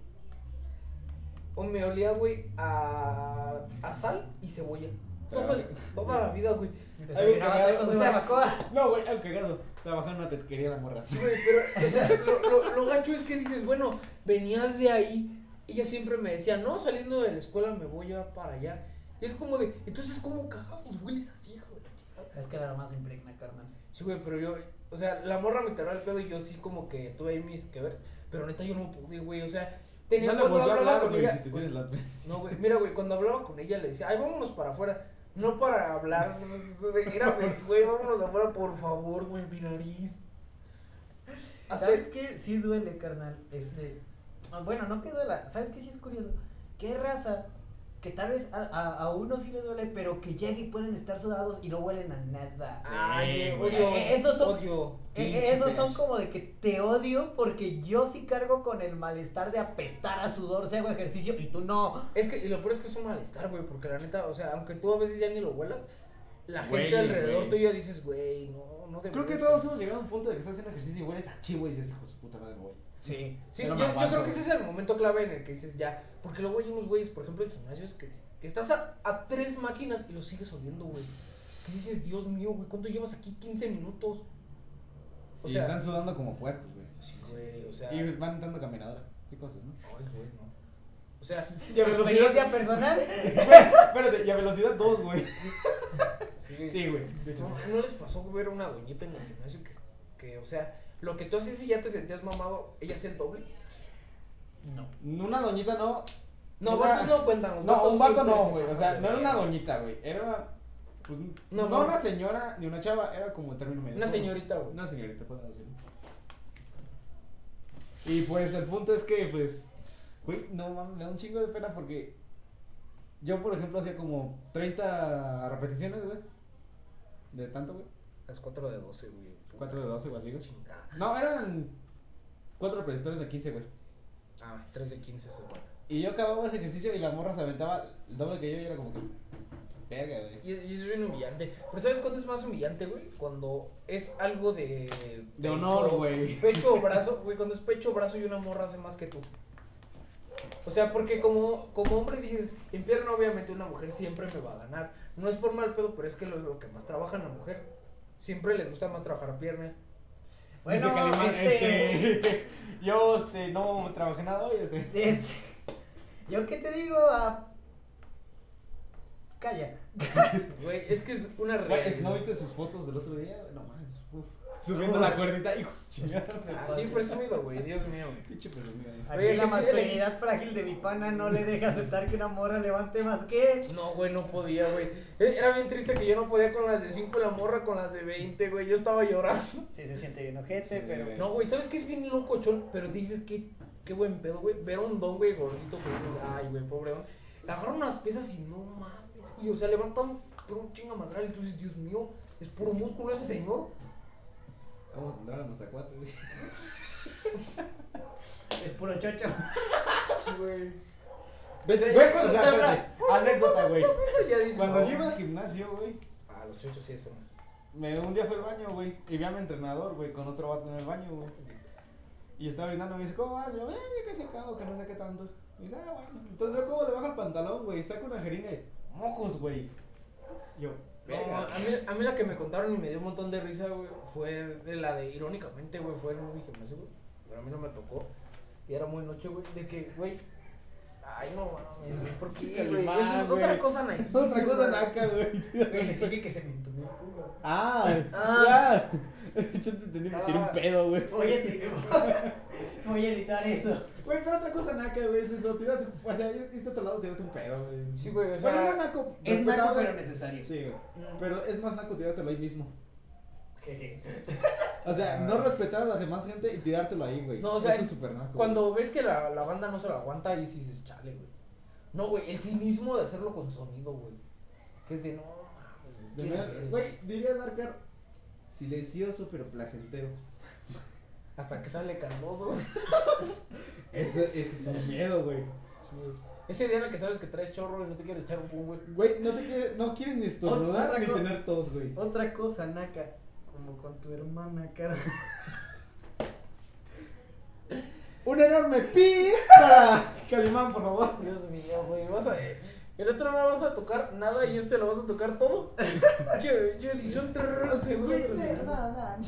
Speaker 3: O me olía, güey, a, a sal y cebolla. Todo el- toda la vida, güey.
Speaker 1: Te
Speaker 2: Algo
Speaker 1: serviraba
Speaker 2: cagado,
Speaker 1: tacos
Speaker 2: o
Speaker 1: de
Speaker 2: sea-
Speaker 1: barbacoa.
Speaker 2: No, güey, algo cagado. Trabajaba en una tetquería la morra.
Speaker 3: Sí, güey, pero, o sea, lo, lo, lo gacho es que dices, bueno, venías de ahí. Ella siempre me decía, no, saliendo de la escuela me voy a para allá. Y es como de, entonces, ¿cómo cagados hueles así, hijo de la chingada?
Speaker 1: Es que la más impregna, carnal.
Speaker 3: Sí, güey, pero yo, o sea, la morra me tiró el pedo y yo sí como que tuve ahí mis que veres, pero neta yo no pude, güey, o sea, tenía
Speaker 2: No le
Speaker 3: cuando
Speaker 2: volvió a
Speaker 3: hablaba
Speaker 2: hablar,
Speaker 3: con
Speaker 2: güey,
Speaker 3: ella.
Speaker 2: si te tienes las
Speaker 3: No, güey, mira, güey, cuando hablaba con ella le decía, "Ay, vámonos para afuera." No para hablar, era, güey, vámonos afuera, por favor, güey, mi nariz. Hasta
Speaker 1: ¿Sabes qué? Sí duele, carnal. Este. ah, Bueno, no que duela. ¿Sabes qué? Sí es curioso. ¿Qué raza que tal vez a, a, a uno sí le duele, pero que llegue y pueden estar sudados y no huelen a nada.
Speaker 3: Ay,
Speaker 1: güey.
Speaker 3: odio.
Speaker 1: Eh, eh, esos son-
Speaker 3: Odio.
Speaker 1: Eh, eh,
Speaker 4: Pinche
Speaker 1: esos son
Speaker 4: flash.
Speaker 1: como de que te odio porque yo sí cargo con el malestar de apestar a sudor si hago ejercicio y tú no.
Speaker 3: Es que, y lo peor es que es un malestar, güey, porque la neta, o sea, aunque tú a veces ya ni lo huelas, la gente
Speaker 2: Huele,
Speaker 3: alrededor
Speaker 2: güey.
Speaker 3: tuyo dices, güey, no, no te
Speaker 2: Creo que
Speaker 3: hueles,
Speaker 2: todos
Speaker 3: güey".
Speaker 2: hemos llegado a un punto de que estás haciendo ejercicio y hueles a chivo y dices, hijo de su puta madre, voy.
Speaker 1: Sí.
Speaker 3: Sí,
Speaker 2: Yo
Speaker 3: yo,
Speaker 2: no me
Speaker 3: yo
Speaker 2: aguanto,
Speaker 3: creo que
Speaker 2: güey.
Speaker 3: ese es el momento clave en el que dices ya. Porque luego hay unos güeyes, por ejemplo, en gimnasios que, que estás a, a tres máquinas y los sigues oliendo, güey. Que dices, Dios mío, güey, ¿cuánto llevas aquí? 15 minutos. O
Speaker 2: y
Speaker 3: sea,
Speaker 2: están sudando como puercos, güey.
Speaker 3: sí, güey, o sea,
Speaker 2: Y van entrando caminadora. Qué cosas, ¿no?
Speaker 3: ay, güey, no. O sea,
Speaker 2: Y a
Speaker 1: Experiencia personal.
Speaker 2: Espérate, y a velocidad 2, güey.
Speaker 3: sí,
Speaker 2: Sí, güey. De hecho, sí.
Speaker 3: no, no les pasó ver a una doñita en el gimnasio que, que, o sea, lo que tú hacías y ya te sentías mamado, ella hacía el doble?
Speaker 1: No.
Speaker 2: Una doñita no.
Speaker 3: No,
Speaker 2: Una-
Speaker 3: vatos no cuentan. los
Speaker 2: No,
Speaker 3: vatos
Speaker 2: un vato
Speaker 3: siempre
Speaker 2: no,
Speaker 3: se
Speaker 2: güey. O
Speaker 3: pasan
Speaker 2: sea,
Speaker 3: de
Speaker 2: no era una
Speaker 3: verga.
Speaker 2: doñita, güey. Era una. Pues,
Speaker 3: No,
Speaker 2: no,
Speaker 3: no.
Speaker 2: una señora ni una chava, era como el término medio.
Speaker 3: Una
Speaker 2: ¿no?
Speaker 3: señorita, güey.
Speaker 2: Una señorita, podemos decirlo. Y pues el punto es que, pues. Güey, no mames, me da un chingo de pena porque. Yo, por ejemplo, hacía como 30 repeticiones, güey. De tanto, güey.
Speaker 3: Las 4 de 12, güey.
Speaker 2: 4 de 12 o así, güey.
Speaker 3: Chingada.
Speaker 2: No, eran 4 repeticiones de 15, güey.
Speaker 3: Ah, 3 de 15 se va.
Speaker 2: Y yo acababa ese ejercicio y la morra se aventaba el doble que yo y era como que. Verga, güey.
Speaker 3: Y, y es bien humillante. Pero ¿sabes cuándo es más humillante, güey? Cuando es algo de...
Speaker 2: De honor,
Speaker 3: pecho-
Speaker 2: güey.
Speaker 3: Pecho o brazo, güey. Cuando es pecho o brazo y una morra hace más que tú. O sea, porque como, como hombre dices, en pierna obviamente una mujer siempre me va a ganar. No es por mal pedo, pero es que lo, lo que más trabaja la mujer. Siempre les gusta más trabajar pierna.
Speaker 1: Bueno,
Speaker 2: Dice Calimán,
Speaker 1: este...
Speaker 2: este, yo este, no trabajé nada hoy. Este.
Speaker 1: Es- ¿Yo qué te digo? Ah, Calla.
Speaker 3: Güey, es que es una
Speaker 2: Güey,
Speaker 3: realidad.
Speaker 2: ¿No viste sus fotos del otro día? No más. uf. Subiendo la cuerdita, hijos
Speaker 3: Ah,
Speaker 2: chingados.
Speaker 3: sí, presumido, güey. Dios mío.
Speaker 2: Pinche presumida. esa.
Speaker 1: Aquí
Speaker 3: Oye,
Speaker 1: la
Speaker 3: ¿qué dice?
Speaker 1: masculinidad frágil de mi pana no le deja aceptar que una morra levante más que él.
Speaker 3: No, güey, no podía, güey. E- Era bien triste que yo no podía con las de 5 la morra, con las de 20, güey. Yo estaba llorando.
Speaker 1: Sí, se siente bien ojete,
Speaker 2: Sí,
Speaker 1: pero...
Speaker 2: güey.
Speaker 3: No, güey, ¿sabes qué es bien locochón? Pero dices que qué buen pedo, güey. Ver a un don, güey, gordito, güey. dices, Ay, güey, pobre don. Le agarran unas pesas y no mames, güey. O sea, levantan por un chinga madral y tú dices, Dios mío, es puro músculo ese señor.
Speaker 2: ¿Cómo tendrá la mazacuate?
Speaker 1: Es puro chocho.
Speaker 3: Sí, güey.
Speaker 2: ¿Ves?
Speaker 3: Sí,
Speaker 2: Güey,
Speaker 3: cuando
Speaker 2: o sea,
Speaker 3: te habla-
Speaker 2: espérate. Anécdota, Pues güey.
Speaker 3: Eso ya dices.
Speaker 2: Cuando
Speaker 3: no,
Speaker 2: yo iba al gimnasio, güey,
Speaker 3: Ah, los chochos sí, eso.
Speaker 2: me, un día fue al baño, güey, y vi a mi entrenador, güey, con otro vato en el baño, güey. Y estaba brindando, me dice, ¿cómo vas? Yo, eh, ya casi acabo, que no sé qué tanto. Y dice, ah, bueno. Entonces veo cómo le baja el pantalón, güey, saca una jeringa y mocos, güey. Yo,
Speaker 3: No,
Speaker 2: verga.
Speaker 3: a, mí, a mí la que me contaron y me dio un montón de risa, güey, fue de la de, irónicamente, güey, fue en un gimnasio, güey, pero a mí no me tocó, y era muy noche, güey, de que, güey, ay, no, mames, güey, ¿por qué, güey?
Speaker 2: Calimán,
Speaker 3: Eso es
Speaker 2: güey.
Speaker 3: otra cosa naquísima.
Speaker 2: Otra cosa naca, güey.
Speaker 1: Güey, le sigue que se me entumió el culo.
Speaker 2: Ah,
Speaker 3: Ah.
Speaker 2: ya. Yo te entendí, me tiré un pedo, güey.
Speaker 1: Voy a, editar- voy a editar eso.
Speaker 2: Güey, pero otra cosa naca, güey, es eso, tírate, o sea, irte a otro lado, tírate un pedo, güey.
Speaker 3: Sí, güey, o
Speaker 2: Pero
Speaker 3: sea,
Speaker 2: no naco.
Speaker 1: Es naco,
Speaker 2: respetable.
Speaker 1: pero necesario.
Speaker 2: Sí, güey.
Speaker 3: Mm.
Speaker 2: Pero es más naco tirártelo ahí mismo.
Speaker 1: Jeje.
Speaker 2: O sea, no respetar a la demás gente y tirártelo ahí, güey.
Speaker 3: Ah. No, o sea,
Speaker 2: Eso es súper naco.
Speaker 3: Cuando ves que la, la banda no se la aguanta, ahí sí dices, chale, güey. No, güey, el cinismo de hacerlo con sonido, güey, que es de, no, mames,
Speaker 2: De
Speaker 3: ¿quién
Speaker 2: verdad,
Speaker 3: eres?
Speaker 2: Güey, diría Darkar silencioso pero placentero.
Speaker 3: hasta que sale Cardoso, güey.
Speaker 2: Ese, ese es un miedo, güey.
Speaker 3: Ese día en el que sabes que traes chorro y no te quieres echar un pum, güey.
Speaker 2: Güey, no te quieres, no quieres ni estornudar
Speaker 1: Otra
Speaker 2: ni
Speaker 1: cosa.
Speaker 2: tener tos, güey.
Speaker 1: Otra cosa, Naka. Como con tu hermana, cara.
Speaker 2: Un enorme pi para Calimán, por favor.
Speaker 3: Dios mío, güey, vas a... El otro no vas a tocar nada y este lo vas a tocar todo. Yo, yo edición terror seguro.
Speaker 2: Güey,
Speaker 3: O
Speaker 2: no, no.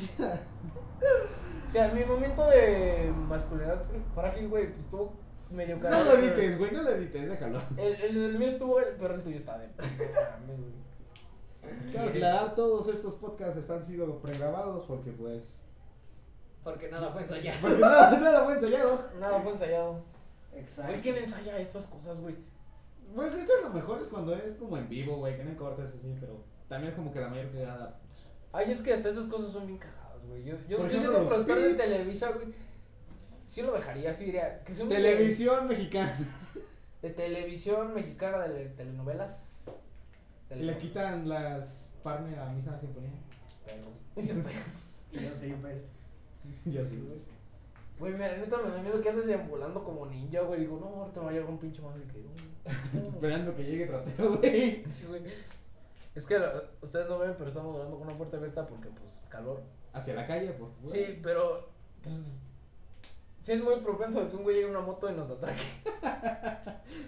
Speaker 3: sea, mi momento de masculinidad frágil, güey, pues estuvo medio caro.
Speaker 2: No lo edites, güey, no lo edites, déjalo.
Speaker 3: El, el, del mío estuvo, pero el tuyo está de... mames, güey.
Speaker 2: Quiero aclarar, todos estos podcasts están sido pregrabados porque pues...
Speaker 1: Porque nada fue allá.
Speaker 2: Porque nada, nada fue ensayado.
Speaker 3: Nada, fue ensayado.
Speaker 1: Exacto.
Speaker 3: Güey, ¿quién ensaya estas cosas, güey?
Speaker 2: Güey, creo que lo mejor es cuando es como en vivo, güey, que no hay cortes así, pero también es como que la mayor cagada.
Speaker 3: Ay, es que hasta esas cosas son bien cagadas, güey. Yo, yo,
Speaker 2: Por
Speaker 3: yo
Speaker 2: ejemplo,
Speaker 3: siendo
Speaker 2: los
Speaker 3: productor de
Speaker 2: beats.
Speaker 3: Televisa, güey, sí lo dejaría, sí diría... Que se humille.
Speaker 2: Televisión mexicana.
Speaker 3: de televisión mexicana de telenovelas.
Speaker 2: Le
Speaker 3: Telenovelas.
Speaker 2: quitan las partner a Misa Sinfonía.
Speaker 3: Perros.
Speaker 5: Y yo soy un
Speaker 1: pues.
Speaker 5: pez.
Speaker 2: Yo sí, güey.
Speaker 3: Güey, me, neta me da miedo que andes deambulando como ninja, güey. Digo, no, ahorita va a llegar un pinche madre que. no".
Speaker 2: Esperando que llegue Ratero, güey.
Speaker 3: Sí, güey. Es que la- ustedes no ven, pero estamos grabando con una puerta abierta porque, pues, calor.
Speaker 2: Hacia la calle, por favor.
Speaker 3: Sí, pero, pues. Sí, es muy propenso de que un güey llegue en una moto y nos atraque.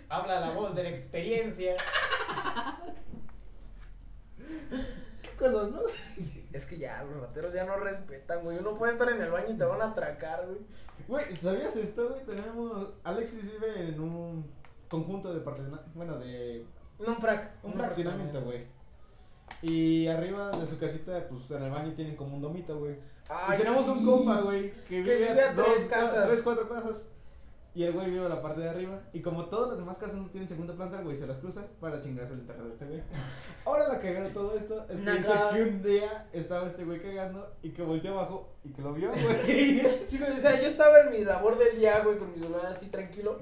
Speaker 1: Habla la voz de la experiencia.
Speaker 2: ¿Qué cosas, no?
Speaker 3: Es que ya, los rateros ya no respetan, güey. Uno puede estar en el baño y te van a atracar, güey.
Speaker 2: Güey, ¿sabías esto, güey? Tenemos. Alexis vive en un conjunto de partena- Bueno, de.
Speaker 3: No, un frac.
Speaker 2: Un fraccionamiento, güey. Y arriba de su casita, pues en el baño tienen como un domito, güey.
Speaker 3: Ay,
Speaker 2: y tenemos
Speaker 3: sí.
Speaker 2: un compa, güey, que,
Speaker 3: vive a
Speaker 2: dos,
Speaker 3: tres
Speaker 2: cua-
Speaker 3: casas.
Speaker 2: Tres, cuatro casas. Y el güey vive en la parte de arriba. Y como todas las demás casas no tienen segunda planta, el güey se las cruza para chingarse el internet de este güey. Ahora la cagada de todo esto es que
Speaker 3: Nada.
Speaker 2: dice que un día estaba este güey cagando y que volteó abajo y que lo vio, güey.
Speaker 3: Sí, güey, o sea, yo estaba en mi labor del día, güey, con mi celular así tranquilo.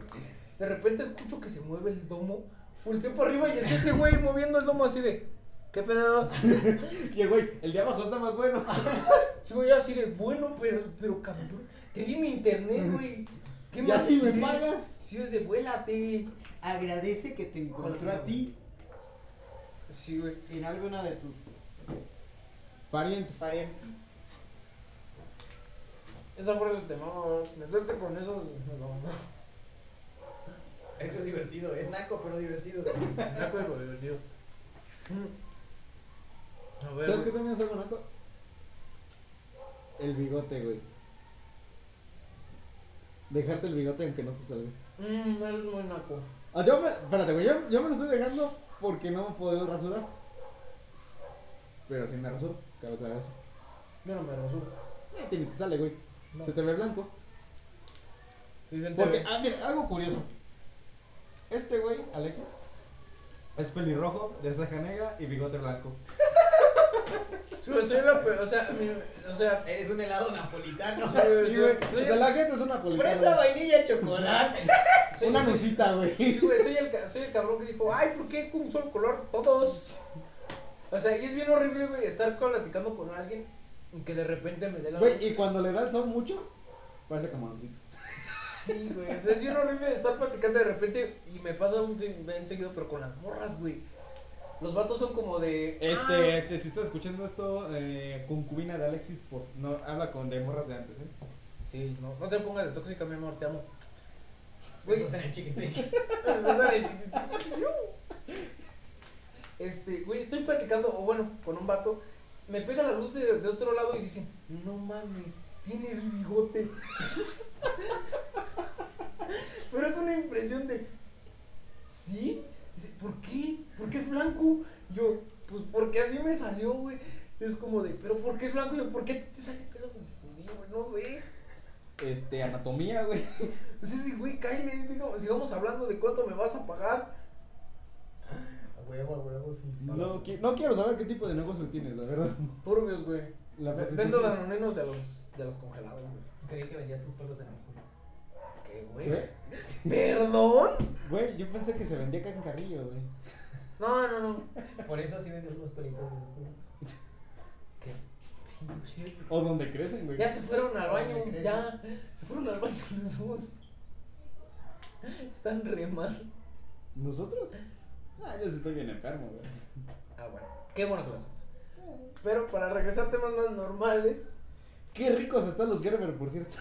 Speaker 3: De repente escucho que se mueve el domo. Volteo para arriba y está este güey moviendo el domo así de. ¿Qué pedo?
Speaker 2: y el güey, el de abajo está más bueno.
Speaker 3: Sí, güey, yo así de bueno, pero, pero cabrón. Te di mi internet, güey. ¿Qué
Speaker 2: Y así me
Speaker 3: quieres?
Speaker 2: pagas.
Speaker 3: Sí, es de vuélate.
Speaker 5: Agradece que te encontró a ti
Speaker 3: Sí, güey.
Speaker 5: en alguna de tus
Speaker 2: Parientes.
Speaker 5: parientes.
Speaker 3: Esa fuerza te mama, güey. Meterte con esos. No, no.
Speaker 1: Esto es divertido, es naco pero divertido.
Speaker 3: Me acuerdo, divertido. Mm. A ver.
Speaker 2: ¿Sabes qué
Speaker 3: güey.
Speaker 2: también es algo naco? El bigote, güey. Dejarte el bigote aunque no te salga.
Speaker 3: Mm, eres muy naco.
Speaker 2: Ah, yo me, espérate, güey, yo, yo me lo estoy dejando porque no me puedo rasurar. Pero si me rasuro, cada otra vez.
Speaker 3: Yo no me rasuro.
Speaker 2: Eh, te, ni te sale, güey.
Speaker 3: No.
Speaker 2: Se te ve blanco.
Speaker 3: Dicen, te
Speaker 2: Porque,
Speaker 3: ve-
Speaker 2: ah, mira, algo curioso. Este güey, Alexis, es pelirrojo, de ceja negra y bigote blanco.
Speaker 3: Sí, güey, soy la peor, o sea, mi- o sea,
Speaker 1: Eres un helado napolitano.
Speaker 2: Sí, güey.
Speaker 3: soy
Speaker 2: O sea,
Speaker 3: el-
Speaker 2: la gente es una
Speaker 1: Fresa,
Speaker 2: política.
Speaker 1: vainilla, chocolate.
Speaker 3: soy-
Speaker 2: Una
Speaker 3: soy-
Speaker 2: musita, güey.
Speaker 3: sí, güey, soy el, ca- soy el cabrón que dijo, ay, ¿por qué con un solo color todos? O sea, y es bien horrible, güey, estar platicando con alguien y que de repente me dé la
Speaker 2: Güey, y cuando le da el son mucho, parece camaroncito.
Speaker 3: Sí, güey, o sea, es bien horrible estar platicando de repente y me pasa un se- bien seguido, pero con las morras, güey. Los vatos son como de...
Speaker 2: Este,
Speaker 3: "Ah,
Speaker 2: este, si estás escuchando esto, eh, concubina de Alexis, por, no, habla con de morras de antes, ¿eh?
Speaker 3: Sí, no, no te pongas de tóxica, mi amor, te amo. Güey,
Speaker 1: Besos en el chiquistick.
Speaker 3: o sea, el- este, güey, estoy platicando, o bueno, con un vato, me pega la luz de, de otro lado y dice, no mames, tienes bigote. Pero es una impresión de, ¿sí? Dice, ¿por qué? ¿Por qué es blanco? Yo, pues porque así me salió, güey. Es como de, ¿pero por qué es blanco? Yo, ¿por qué te, te salen pelos en el fundillo, güey? No sé.
Speaker 2: Este, anatomía, güey.
Speaker 3: Sí, sí, Pues güey, cállate, sigamos, sigamos hablando de cuánto me vas a pagar.
Speaker 1: A huevo, a huevo, sí. sí.
Speaker 2: No, qui- no quiero saber qué tipo de negocios tienes, la verdad.
Speaker 3: Turbios, güey.
Speaker 2: La
Speaker 3: Ve- Vendo
Speaker 2: prostitución.
Speaker 3: danonenos de los, de los congelados, güey.
Speaker 1: Creí que vendías tus pelos en el culo.
Speaker 3: ¿Qué, güey?
Speaker 2: ¿Qué?
Speaker 3: ¿Perdón?
Speaker 2: Güey, yo pensé que se vendía acá en Carrillo, güey.
Speaker 3: No, no, no.
Speaker 1: Por eso así vendes los pelitos de su culo.
Speaker 3: ¿Qué? Pinche.
Speaker 2: O donde crecen, güey.
Speaker 3: Ya se fueron al
Speaker 1: No
Speaker 3: baño,
Speaker 1: me creo.
Speaker 3: ya. Se fueron al baño los dos. Están re mal.
Speaker 2: ¿Nosotros? Ah, yo sí estoy bien enfermo, güey.
Speaker 3: Ah, bueno. Qué bueno que lo hacemos. Pero para regresar a temas más normales,
Speaker 2: Qué ricos están los Gerber, por cierto.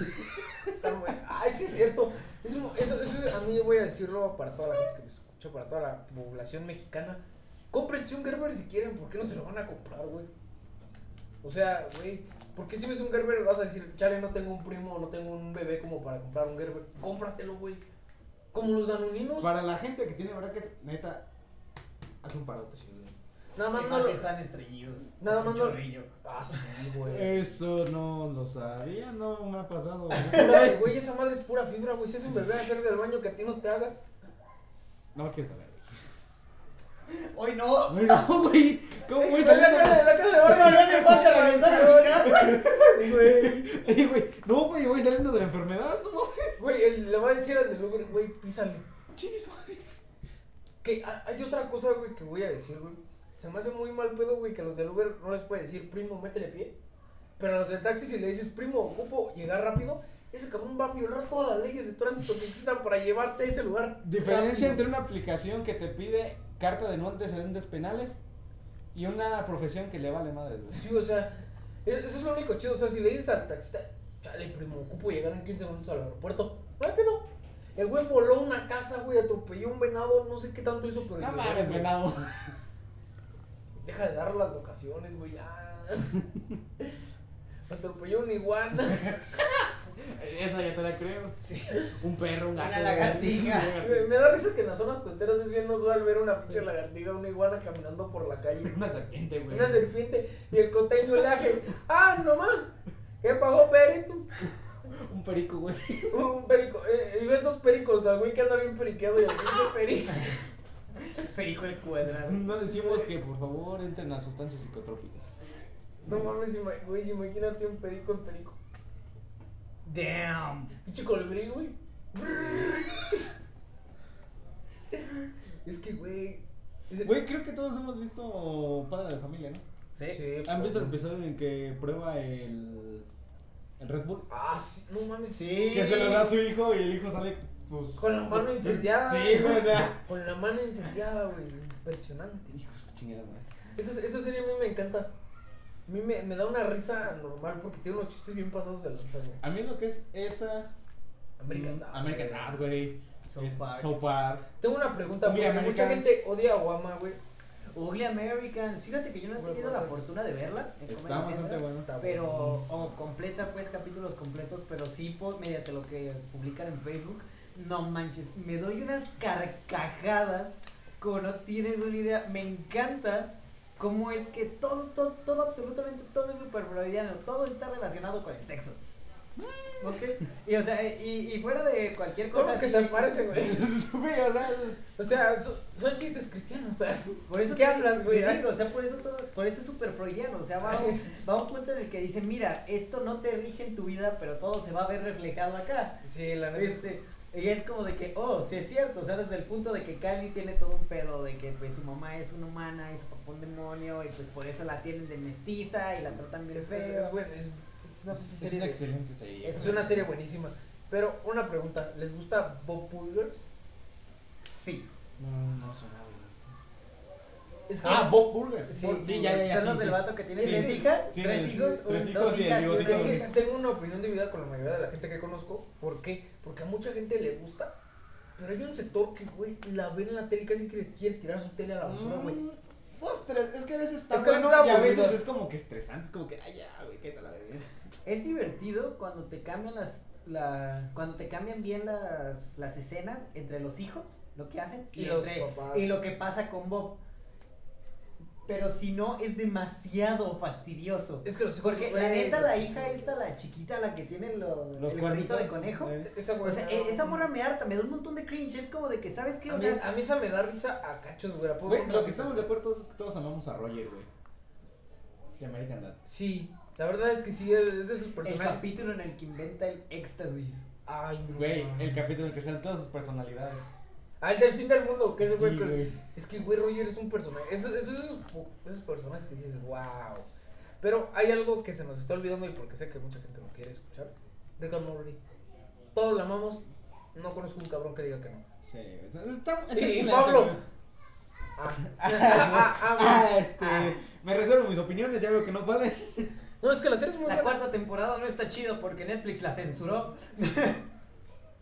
Speaker 3: Está muy... Ay, sí es cierto. Es un- Eso, eso a mí voy a decirlo para toda la gente que me escucha, para toda la población mexicana. Cómprense un Gerber si quieren, ¿por qué no se lo van a comprar, güey? O sea, güey, ¿por qué si ves un Gerber vas a decir, chale, no tengo un primo, no tengo un bebé como para comprar un Gerber? Cómpratelo, güey. Como los danoninos.
Speaker 2: Para la gente que tiene brackets, neta, haz un parote, sí, güey.
Speaker 3: Nada
Speaker 1: Y
Speaker 3: más no
Speaker 1: más
Speaker 3: lo...
Speaker 1: si están estreñidos.
Speaker 3: Nada
Speaker 1: Con
Speaker 3: más no-
Speaker 1: chorrillo.
Speaker 3: Ah, sí,
Speaker 1: Eh.
Speaker 3: güey.
Speaker 2: Eso no lo sabía, no me ha pasado. güey.
Speaker 3: Pura- Güey, esa madre es pura fibra, güey. Si es un bebé a hacer del baño que a ti no te haga.
Speaker 2: No quiero saber.
Speaker 1: Hoy no.
Speaker 2: Güey, no, güey. ¿Cómo voy
Speaker 3: Güey, la cara de-
Speaker 2: saliendo?
Speaker 3: la cara de Barbie.
Speaker 1: Todavía me falta regresar a mi casa.
Speaker 3: Güey.
Speaker 2: Ey, güey. No, güey, voy saliendo de la enfermedad, no mames.
Speaker 3: Güey, él le va a decir al del Uber, güey, písale. Chingues, madre. Que ah, hay otra cosa, güey, que voy a decir, güey. Se me hace muy mal pedo, güey, que a los del Uber no les puede decir, primo, métele pie. Pero a los del taxi, si le dices, primo, ocupo llegar rápido, ese cabrón va a violar todas las leyes de tránsito que existan para llevarte a ese lugar.
Speaker 2: Diferencia
Speaker 3: rápido.
Speaker 2: entre una aplicación que te pide carta de no antecedentes penales y una profesión que le vale madre, güey.
Speaker 3: Sí, o sea, e- eso es lo único chido. O sea, si le dices al taxista, chale, primo, ocupo llegar en 15 minutos al aeropuerto, no hay pedo. El güey voló una casa, güey, atropelló un venado, no sé qué tanto hizo, pero.
Speaker 4: No
Speaker 3: llegó,
Speaker 4: mames,
Speaker 3: güey.
Speaker 4: venado.
Speaker 3: Deja de dar las locaciones, güey, ya. atropelló una iguana.
Speaker 4: Esa ya te la creo.
Speaker 3: Sí.
Speaker 4: Un perro, un
Speaker 5: Una
Speaker 4: gato.
Speaker 5: lagartija.
Speaker 4: una
Speaker 3: Me,
Speaker 4: lagartija.
Speaker 3: me da risa que en las zonas costeras es bien usual ver una pinche lagartija, una iguana caminando por la calle.
Speaker 4: Una serpiente, güey.
Speaker 3: Una serpiente y el coteñolaje. ¡Ah, no más! ¿Qué pagó Perito?
Speaker 4: Un perico, güey.
Speaker 3: Un perico, eh, y ves dos pericos, al güey que anda bien periqueado y al pinche perico.
Speaker 5: Perico el cuadrado.
Speaker 2: No decimos que por favor entren a sustancias psicotrópicas.
Speaker 3: No mames, ima- güey, imagínate un perico en perico.
Speaker 5: Damn.
Speaker 3: Pinche colibrí, güey. Es que, güey. ese-
Speaker 2: Güey, creo que todos hemos visto Padre de Familia, ¿no?
Speaker 1: Sí.
Speaker 2: ¿Han
Speaker 3: pero-
Speaker 4: pues,
Speaker 2: visto el episodio en que prueba el, el Red Bull?
Speaker 3: Ah, sí, no mames.
Speaker 5: Sí.
Speaker 2: Que se lo da a su hijo y el hijo sale, pues...
Speaker 3: Con la mano incendiada.
Speaker 2: Sí, güey, o sea...
Speaker 3: Con la mano incendiada, güey. Impresionante.
Speaker 2: Hijos de chingada, madre.
Speaker 3: Esa, esa serie a mí me encanta. A mí me, me da una risa normal porque tiene unos chistes bien pasados de lanza, güey.
Speaker 2: A mí lo que es esa...
Speaker 3: Mm,
Speaker 2: mm,
Speaker 3: American Dad, güey.
Speaker 2: American Dad, güey.
Speaker 5: South
Speaker 2: Es-
Speaker 5: Park.
Speaker 2: South Park.
Speaker 3: Tengo una pregunta,
Speaker 2: Muy
Speaker 3: porque mucha
Speaker 2: Americans.
Speaker 3: gente odia a Obama, güey.
Speaker 1: Ugly Americans. Fíjate que yo no he tenido la fortuna de verla. en
Speaker 2: Está
Speaker 1: Comedy
Speaker 2: bastante
Speaker 1: Central,
Speaker 2: bueno.
Speaker 3: Está
Speaker 1: Pero,
Speaker 3: buenísimo.
Speaker 1: o completa, pues, capítulos completos, pero sí por, mediante lo que publican en Facebook. No manches, me doy unas carcajadas como no tienes una idea. Me encanta cómo es que todo, todo, todo, absolutamente todo es superfluidiano. Todo está relacionado con el sexo. Ok. Y, o sea, y, y fuera de cualquier
Speaker 3: Son
Speaker 1: cosa
Speaker 3: los Mm. que
Speaker 1: así,
Speaker 3: te parecen, güey.
Speaker 2: Güey, o sea...
Speaker 3: O sea, so- son chistes cristianos, o sea.
Speaker 1: Por eso
Speaker 3: ¿Qué
Speaker 1: te-
Speaker 3: hablas, güey?
Speaker 1: te digo, o sea, por eso todo, por eso es súper freudiano, o sea, va a, un, va a un punto en el que dice, mira, esto no te rige en tu vida, pero todo se va a ver reflejado acá.
Speaker 3: Sí, la neta.
Speaker 1: Este, y es como de que, oh, sí es cierto, o sea, desde el punto de que Kylie tiene todo un pedo de que pues su mamá es una humana y su papá un demonio y pues por eso la tienen de mestiza y la tratan bien
Speaker 3: Es,
Speaker 1: feo.
Speaker 3: es, es buen- es una
Speaker 2: Es,
Speaker 3: serie
Speaker 2: una
Speaker 3: de-
Speaker 2: excelente serie.
Speaker 3: es
Speaker 2: güey.
Speaker 3: una serie buenísima. Pero una pregunta, ¿les gusta Bob Burgers?
Speaker 1: Sí.
Speaker 2: No, no, no sonaba.
Speaker 3: Es que-
Speaker 2: Ah, Bob Burgers.
Speaker 3: Sí,
Speaker 2: Bob- sí, ya, ya, ya.
Speaker 1: Son
Speaker 2: sí,
Speaker 1: los
Speaker 2: sí.
Speaker 1: del vato que tiene
Speaker 2: Sí,
Speaker 1: tres
Speaker 2: sí.
Speaker 1: hijas,
Speaker 2: Sí,
Speaker 1: tres
Speaker 2: sí,
Speaker 1: hijos,
Speaker 2: tres
Speaker 1: un-
Speaker 2: hijos
Speaker 1: dos
Speaker 2: y el
Speaker 1: hijas una
Speaker 2: bigotito.
Speaker 3: Es que
Speaker 1: hija.
Speaker 3: tengo una opinión dividida con la mayoría de la gente que conozco. ¿Por qué? Porque a mucha gente le gusta. Pero hay un sector que, güey, la ven en la tele y casi que le quiere tirar su tele a la basura, güey.
Speaker 2: Mm, Ostras, es que a veces está
Speaker 3: Es que a veces
Speaker 2: bueno
Speaker 3: está
Speaker 2: y a
Speaker 3: aburrido.
Speaker 2: veces es como que estresante, es como que, ay, ya, güey, qué tal la verga.
Speaker 1: Es divertido cuando te cambian las, las cuando te cambian bien las, las escenas entre los hijos, lo que hacen
Speaker 3: Y los
Speaker 1: entre-
Speaker 3: papás.
Speaker 1: y lo que pasa con Bob. Pero si no es demasiado fastidioso.
Speaker 3: Es que los hijos,
Speaker 1: Porque la
Speaker 3: güey,
Speaker 1: neta
Speaker 3: los
Speaker 1: la
Speaker 3: hijos,
Speaker 1: hija esta la chiquita la que tiene lo-
Speaker 2: Los
Speaker 1: el cuernito de
Speaker 2: cuernitos,
Speaker 1: conejo.
Speaker 2: eh.
Speaker 3: Esa,
Speaker 1: O
Speaker 3: güey,
Speaker 1: sea,
Speaker 3: no.
Speaker 1: e- esa morra me harta, me da un montón de cringe, es como de que sabes qué,
Speaker 3: A
Speaker 1: o
Speaker 3: mí,
Speaker 1: sea,
Speaker 3: a mí esa me da risa a cachos, güey. ¿a poco
Speaker 2: Güey,
Speaker 3: no?
Speaker 2: lo que estamos de acuerdo todos es que todos amamos a Roger, güey. De American Dad.
Speaker 3: Sí, la verdad es que sí, es de sus
Speaker 1: el
Speaker 3: personajes.
Speaker 1: capítulo en el que inventa el éxtasis.
Speaker 3: Ay, no.
Speaker 2: Güey, el capítulo en el que están todas sus personalidades.
Speaker 3: Al del fin Ah, del mundo, que es
Speaker 2: Sí,
Speaker 3: el güey. que-
Speaker 2: güey.
Speaker 3: Es que, güey, Roger es un personaje. Es, es- es esos, po- esos personajes que dices, wow. Pero hay algo que se nos está olvidando y porque sé que mucha gente no quiere escuchar. Rick and Morty. Todos la amamos. No conozco un cabrón que diga que no.
Speaker 2: Sí, está, está
Speaker 3: Y- y
Speaker 2: excelente,
Speaker 3: Pablo.
Speaker 2: güey.
Speaker 3: Ah, ah, ah, ah,
Speaker 2: Ah,
Speaker 3: güey.
Speaker 2: este, me reservo mis opiniones, ya veo que no vale.
Speaker 3: No, es que la serie es muy
Speaker 1: La
Speaker 3: buena.
Speaker 1: cuarta temporada no está chido porque Netflix la censuró.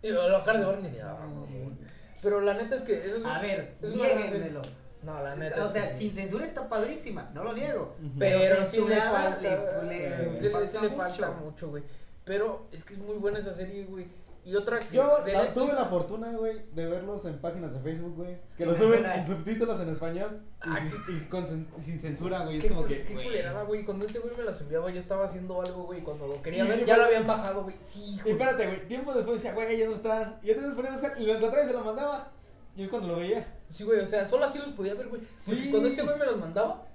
Speaker 3: Y lo lo acaban de ver ni de- ah, güey. Pero la neta es que. Eso es un-
Speaker 1: A ver,
Speaker 3: es una gran serie.
Speaker 1: niéguenmelo.
Speaker 3: No, la neta.
Speaker 1: O
Speaker 3: es que
Speaker 1: sea,
Speaker 3: sí.
Speaker 1: sin censura está padrísima, no lo niego.
Speaker 3: Pero sí le
Speaker 1: censurada
Speaker 3: falta.
Speaker 1: le-
Speaker 3: Le,
Speaker 1: le-
Speaker 2: sí,
Speaker 3: sí le- sí
Speaker 1: falta
Speaker 3: le
Speaker 1: mucho.
Speaker 3: falta mucho, güey. Pero es que es muy buena esa serie, güey. Y otra que.
Speaker 2: Yo
Speaker 3: de
Speaker 2: la-
Speaker 3: Netflix-
Speaker 2: tuve la fortuna, güey, de verlos en páginas de Facebook, güey. Que
Speaker 1: Sin
Speaker 2: lo suben
Speaker 1: censura.
Speaker 2: en subtítulos en español y,
Speaker 3: Ah,
Speaker 2: sin, y con cen- y sin censura, güey. Es
Speaker 3: Qué,
Speaker 2: como
Speaker 3: cul-
Speaker 2: que.
Speaker 3: qué
Speaker 2: güey.
Speaker 3: culerada, güey. Cuando este güey me las enviaba, yo estaba haciendo algo, güey. y Cuando lo quería
Speaker 2: Y-
Speaker 3: ver,
Speaker 2: y-
Speaker 3: ya lo habían bajado, güey. Sí, hijo.
Speaker 2: Y espérate, güey. Tiempo después decía, güey, ya no están. Y yo después ponía a buscar y lo encontraba y se lo mandaba. Y es cuando lo veía.
Speaker 3: Sí, güey. O sea, solo así los podía ver, güey. Porque
Speaker 2: Sí.
Speaker 3: Cuando este güey me los mandaba,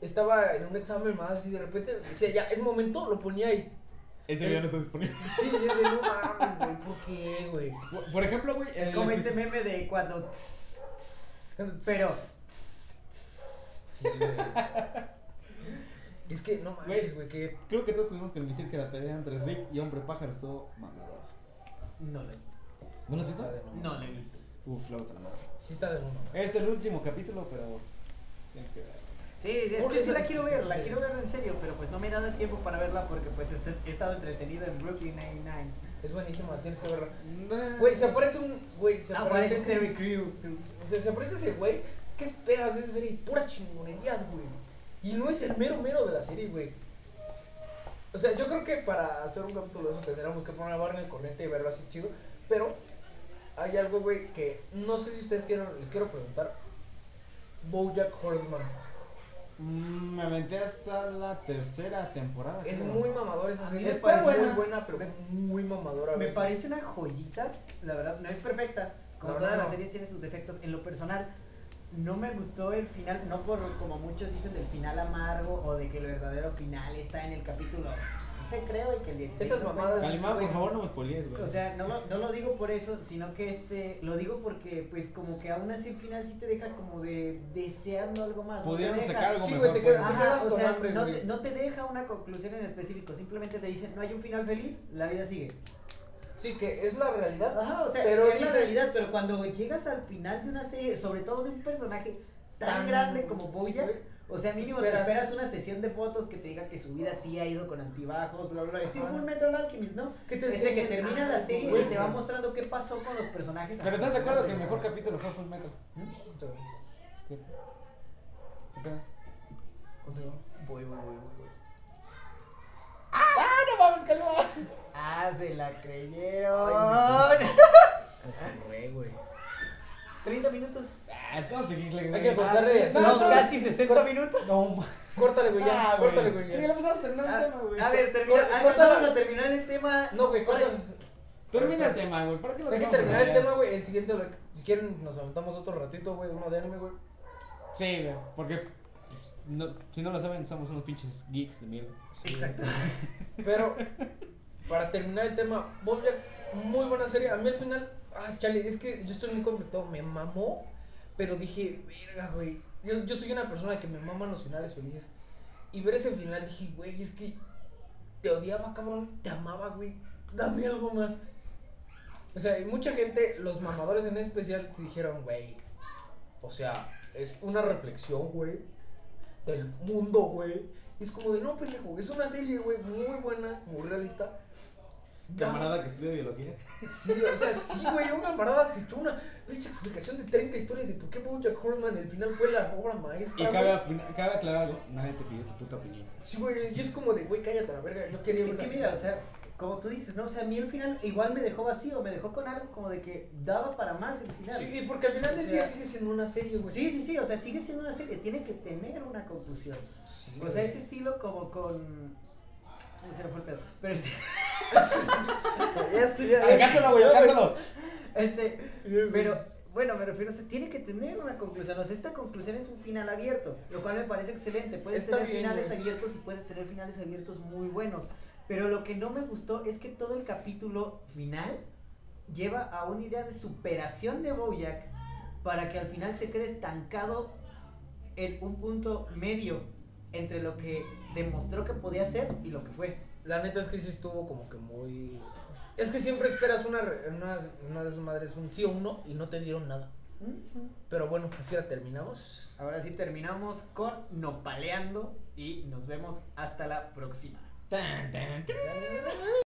Speaker 3: estaba en un examen más y de repente decía, ya, es momento, lo ponía ahí.
Speaker 2: Este video no está disponible.
Speaker 3: Sí, es de no mames, güey. ¿Por qué, güey?
Speaker 2: Por- Por ejemplo, güey.
Speaker 1: Es
Speaker 2: el pues,
Speaker 1: como
Speaker 2: episodio-
Speaker 1: este meme de cuando. tss, tss, pero.
Speaker 3: Sí, güey. Es que no manches, güey, que
Speaker 2: Creo que todos tenemos que admitir que la pelea entre Rick y Hombre Pájaro estuvo mamadora.
Speaker 1: No le,
Speaker 2: ¿No lo has
Speaker 3: está
Speaker 2: visto?
Speaker 3: de no.
Speaker 1: no le he visto.
Speaker 2: Uf, luego te la mando.
Speaker 3: Sí está de no. mames.
Speaker 2: Este es el último capítulo, pero tienes que ver.
Speaker 1: Sí, es
Speaker 3: Por
Speaker 1: que sí
Speaker 3: eso-
Speaker 1: la quiero ver, la
Speaker 3: sí.
Speaker 1: quiero ver en serio, pero pues no me he dado tiempo para verla porque pues este- he estado entretenido en Brooklyn Nine-Nine.
Speaker 3: Es buenísima, tienes que verla. Güey, se aparece un güey, se
Speaker 1: Aparece
Speaker 3: aparece
Speaker 1: Ah, Terry Crew.
Speaker 3: O sea, se aparece ese güey. ¿Qué esperas de esa serie? Puras chingonerías, güey. Y no es el mero mero de la serie, güey. O sea, yo creo que para hacer un capítulo de eso tendríamos que poner a Barney al corriente y verlo así chido. Pero hay algo, güey, que no sé si ustedes quieren, les quiero preguntar. Bojack Horseman.
Speaker 1: Ah,
Speaker 2: Mm, me aventé hasta la tercera temporada.
Speaker 3: Es
Speaker 2: creo.
Speaker 3: muy mamadora esa serie.
Speaker 1: me
Speaker 3: Está
Speaker 1: parece
Speaker 3: muy
Speaker 1: buena.
Speaker 3: buena, pero muy mamadora. a
Speaker 1: Me
Speaker 3: veces.
Speaker 1: parece una joyita, la verdad, no es perfecta. Como
Speaker 3: No,
Speaker 1: todas
Speaker 3: no,
Speaker 1: las
Speaker 3: no.
Speaker 1: series tiene sus defectos. En lo personal, no me gustó el final, no por como muchos dicen del final amargo o de que el verdadero final está en el capítulo 15 creo y que el 16.
Speaker 3: Esas
Speaker 1: no cuenta.
Speaker 3: mamadas
Speaker 2: Calimán,
Speaker 3: Güey.
Speaker 2: por favor, no me spoilees, güey.
Speaker 1: O sea, no, lo- no lo digo por eso, sino que este, lo digo porque pues como que aún así el final sí te deja como de deseando algo más. no te
Speaker 2: Pudieron
Speaker 1: deja-
Speaker 2: sacar algo
Speaker 3: Sí,
Speaker 2: mejor.
Speaker 3: güey, te quedas-
Speaker 1: Ajá,
Speaker 3: quedas
Speaker 1: o
Speaker 3: con
Speaker 1: sea,
Speaker 3: hambre,
Speaker 1: no,
Speaker 3: güey.
Speaker 1: te, no te deja una conclusión en específico, simplemente te dicen, no hay un final feliz, la vida sigue.
Speaker 3: Sí, que es la realidad.
Speaker 1: Ajá, o sea,
Speaker 3: Pero
Speaker 1: es la
Speaker 3: dices-
Speaker 1: realidad, pero cuando llegas al final de una serie, sobre todo de un personaje tan, grande como Boya,
Speaker 3: güey.
Speaker 1: o sea, mínimo
Speaker 3: esperas-
Speaker 1: te esperas una sesión de fotos que te diga que su vida sí ha ido con altibajos, bla, bla, bla. Este
Speaker 3: Ajá.
Speaker 1: fue un Metro Alchemist, ¿no?
Speaker 3: ¿Qué te
Speaker 1: Desde este que
Speaker 3: enseñan?
Speaker 1: termina la
Speaker 3: Ay,
Speaker 1: serie
Speaker 3: güey.
Speaker 1: y te va mostrando qué pasó con los personajes.
Speaker 2: Pero estás de acuerdo que el mejor capítulo fue Full Metal. ¿Qué? ¿Qué pedo?
Speaker 3: Continúa.
Speaker 1: Voy, voy, voy, voy, voy.
Speaker 2: ¡Ah, no mames, Calimán!
Speaker 1: Ah, se la creyeron.
Speaker 3: Ay, Me sonré, güey.
Speaker 1: 30 minutos. Ah,
Speaker 2: Ah, tú vas a seguirle, güey.
Speaker 3: Hay que cortarle.
Speaker 1: No,
Speaker 3: No,
Speaker 1: casi 60 minutos.
Speaker 2: No, ma-
Speaker 3: Córtale, güey, ya.
Speaker 2: Ah,
Speaker 3: córtale, güey.
Speaker 2: Sí,
Speaker 3: ya. Ah,
Speaker 2: ya empezamos a terminar el tema, güey.
Speaker 1: A, a ver, termina,
Speaker 3: Corta-
Speaker 1: alcanzamos
Speaker 3: corta-
Speaker 1: a terminar el tema.
Speaker 3: ah, No, güey, córtale.
Speaker 2: Termina el tema, güey. ¿Para qué lo
Speaker 3: Hay que
Speaker 2: dejamos
Speaker 3: terminar el
Speaker 2: allá?
Speaker 3: tema, güey. El siguiente, lo- si quieren, nos aventamos otro ratito, güey. Uno de anime, güey.
Speaker 2: Sí, güey. Porque pues, no- si no lo saben, somos unos pinches geeks de mierda.
Speaker 1: Exacto.
Speaker 3: Pero, para terminar el tema, Bojack, muy buena serie. A mí al final, ah, chale, es que yo estoy muy conflictado. Me mamó, pero dije, verga, güey. Yo, yo soy una persona que me maman los finales felices. Y ver ese final, dije, güey, es que te odiaba, cabrón, te amaba, güey. Dame algo más. O sea, y mucha gente, los mamadores en especial, se dijeron, güey. O sea, es una reflexión, güey. Del mundo, güey. Y es como de, no, pendejo, es una serie, güey, muy buena, muy realista.
Speaker 2: Camarada que estudia biología.
Speaker 3: Sí, o sea, sí, güey, un camarada se echó una pinche explicación de 30 historias de por qué Bojack Horseman al final fue la obra maestra,
Speaker 2: Y cabe,
Speaker 3: güey.
Speaker 2: apun- cabe aclarar algo. Nadie te pidió tu puta opinión.
Speaker 3: Sí, güey, y es como de, güey, cállate a la verga, yo quería
Speaker 1: Es
Speaker 3: ver
Speaker 1: que
Speaker 3: la-
Speaker 1: mira, o sea, como tú dices, ¿no? O sea, a mí el final igual me dejó vacío, me dejó con algo como de que daba para más el final.
Speaker 3: Sí,
Speaker 1: Sí,
Speaker 3: y porque al final del
Speaker 1: O sea-
Speaker 3: día sigue siendo una serie, güey.
Speaker 1: sí, sí, o sea, sigue siendo una serie, tiene que tener una conclusión.
Speaker 3: Sí,
Speaker 1: O
Speaker 3: güey.
Speaker 1: sea, ese estilo como con... Ay, Se me fue el pedo. Pero este,
Speaker 3: Eso ya-
Speaker 2: Alcánzalo, güey, alcánzalo.
Speaker 1: este, pero bueno, me refiero, o sea, tiene que tener una conclusión. O sea, esta conclusión es un final abierto, lo cual me parece excelente. Puedes
Speaker 3: Está
Speaker 1: tener
Speaker 3: bien,
Speaker 1: finales
Speaker 3: güey.
Speaker 1: abiertos y puedes tener finales abiertos muy buenos. Pero lo que no me gustó es que todo el capítulo final lleva a una idea de superación de Bojack para que al final se quede estancado en un punto medio entre lo que demostró que podía hacer y lo que fue.
Speaker 3: La neta es que sí estuvo como que muy... Es que siempre esperas una, re- unas, unas madres, un sí o un no, y no te dieron nada. Pero bueno, así la terminamos.
Speaker 1: Ahora sí terminamos con Nopaleando y nos vemos hasta la próxima.
Speaker 4: Tan, tan, tan.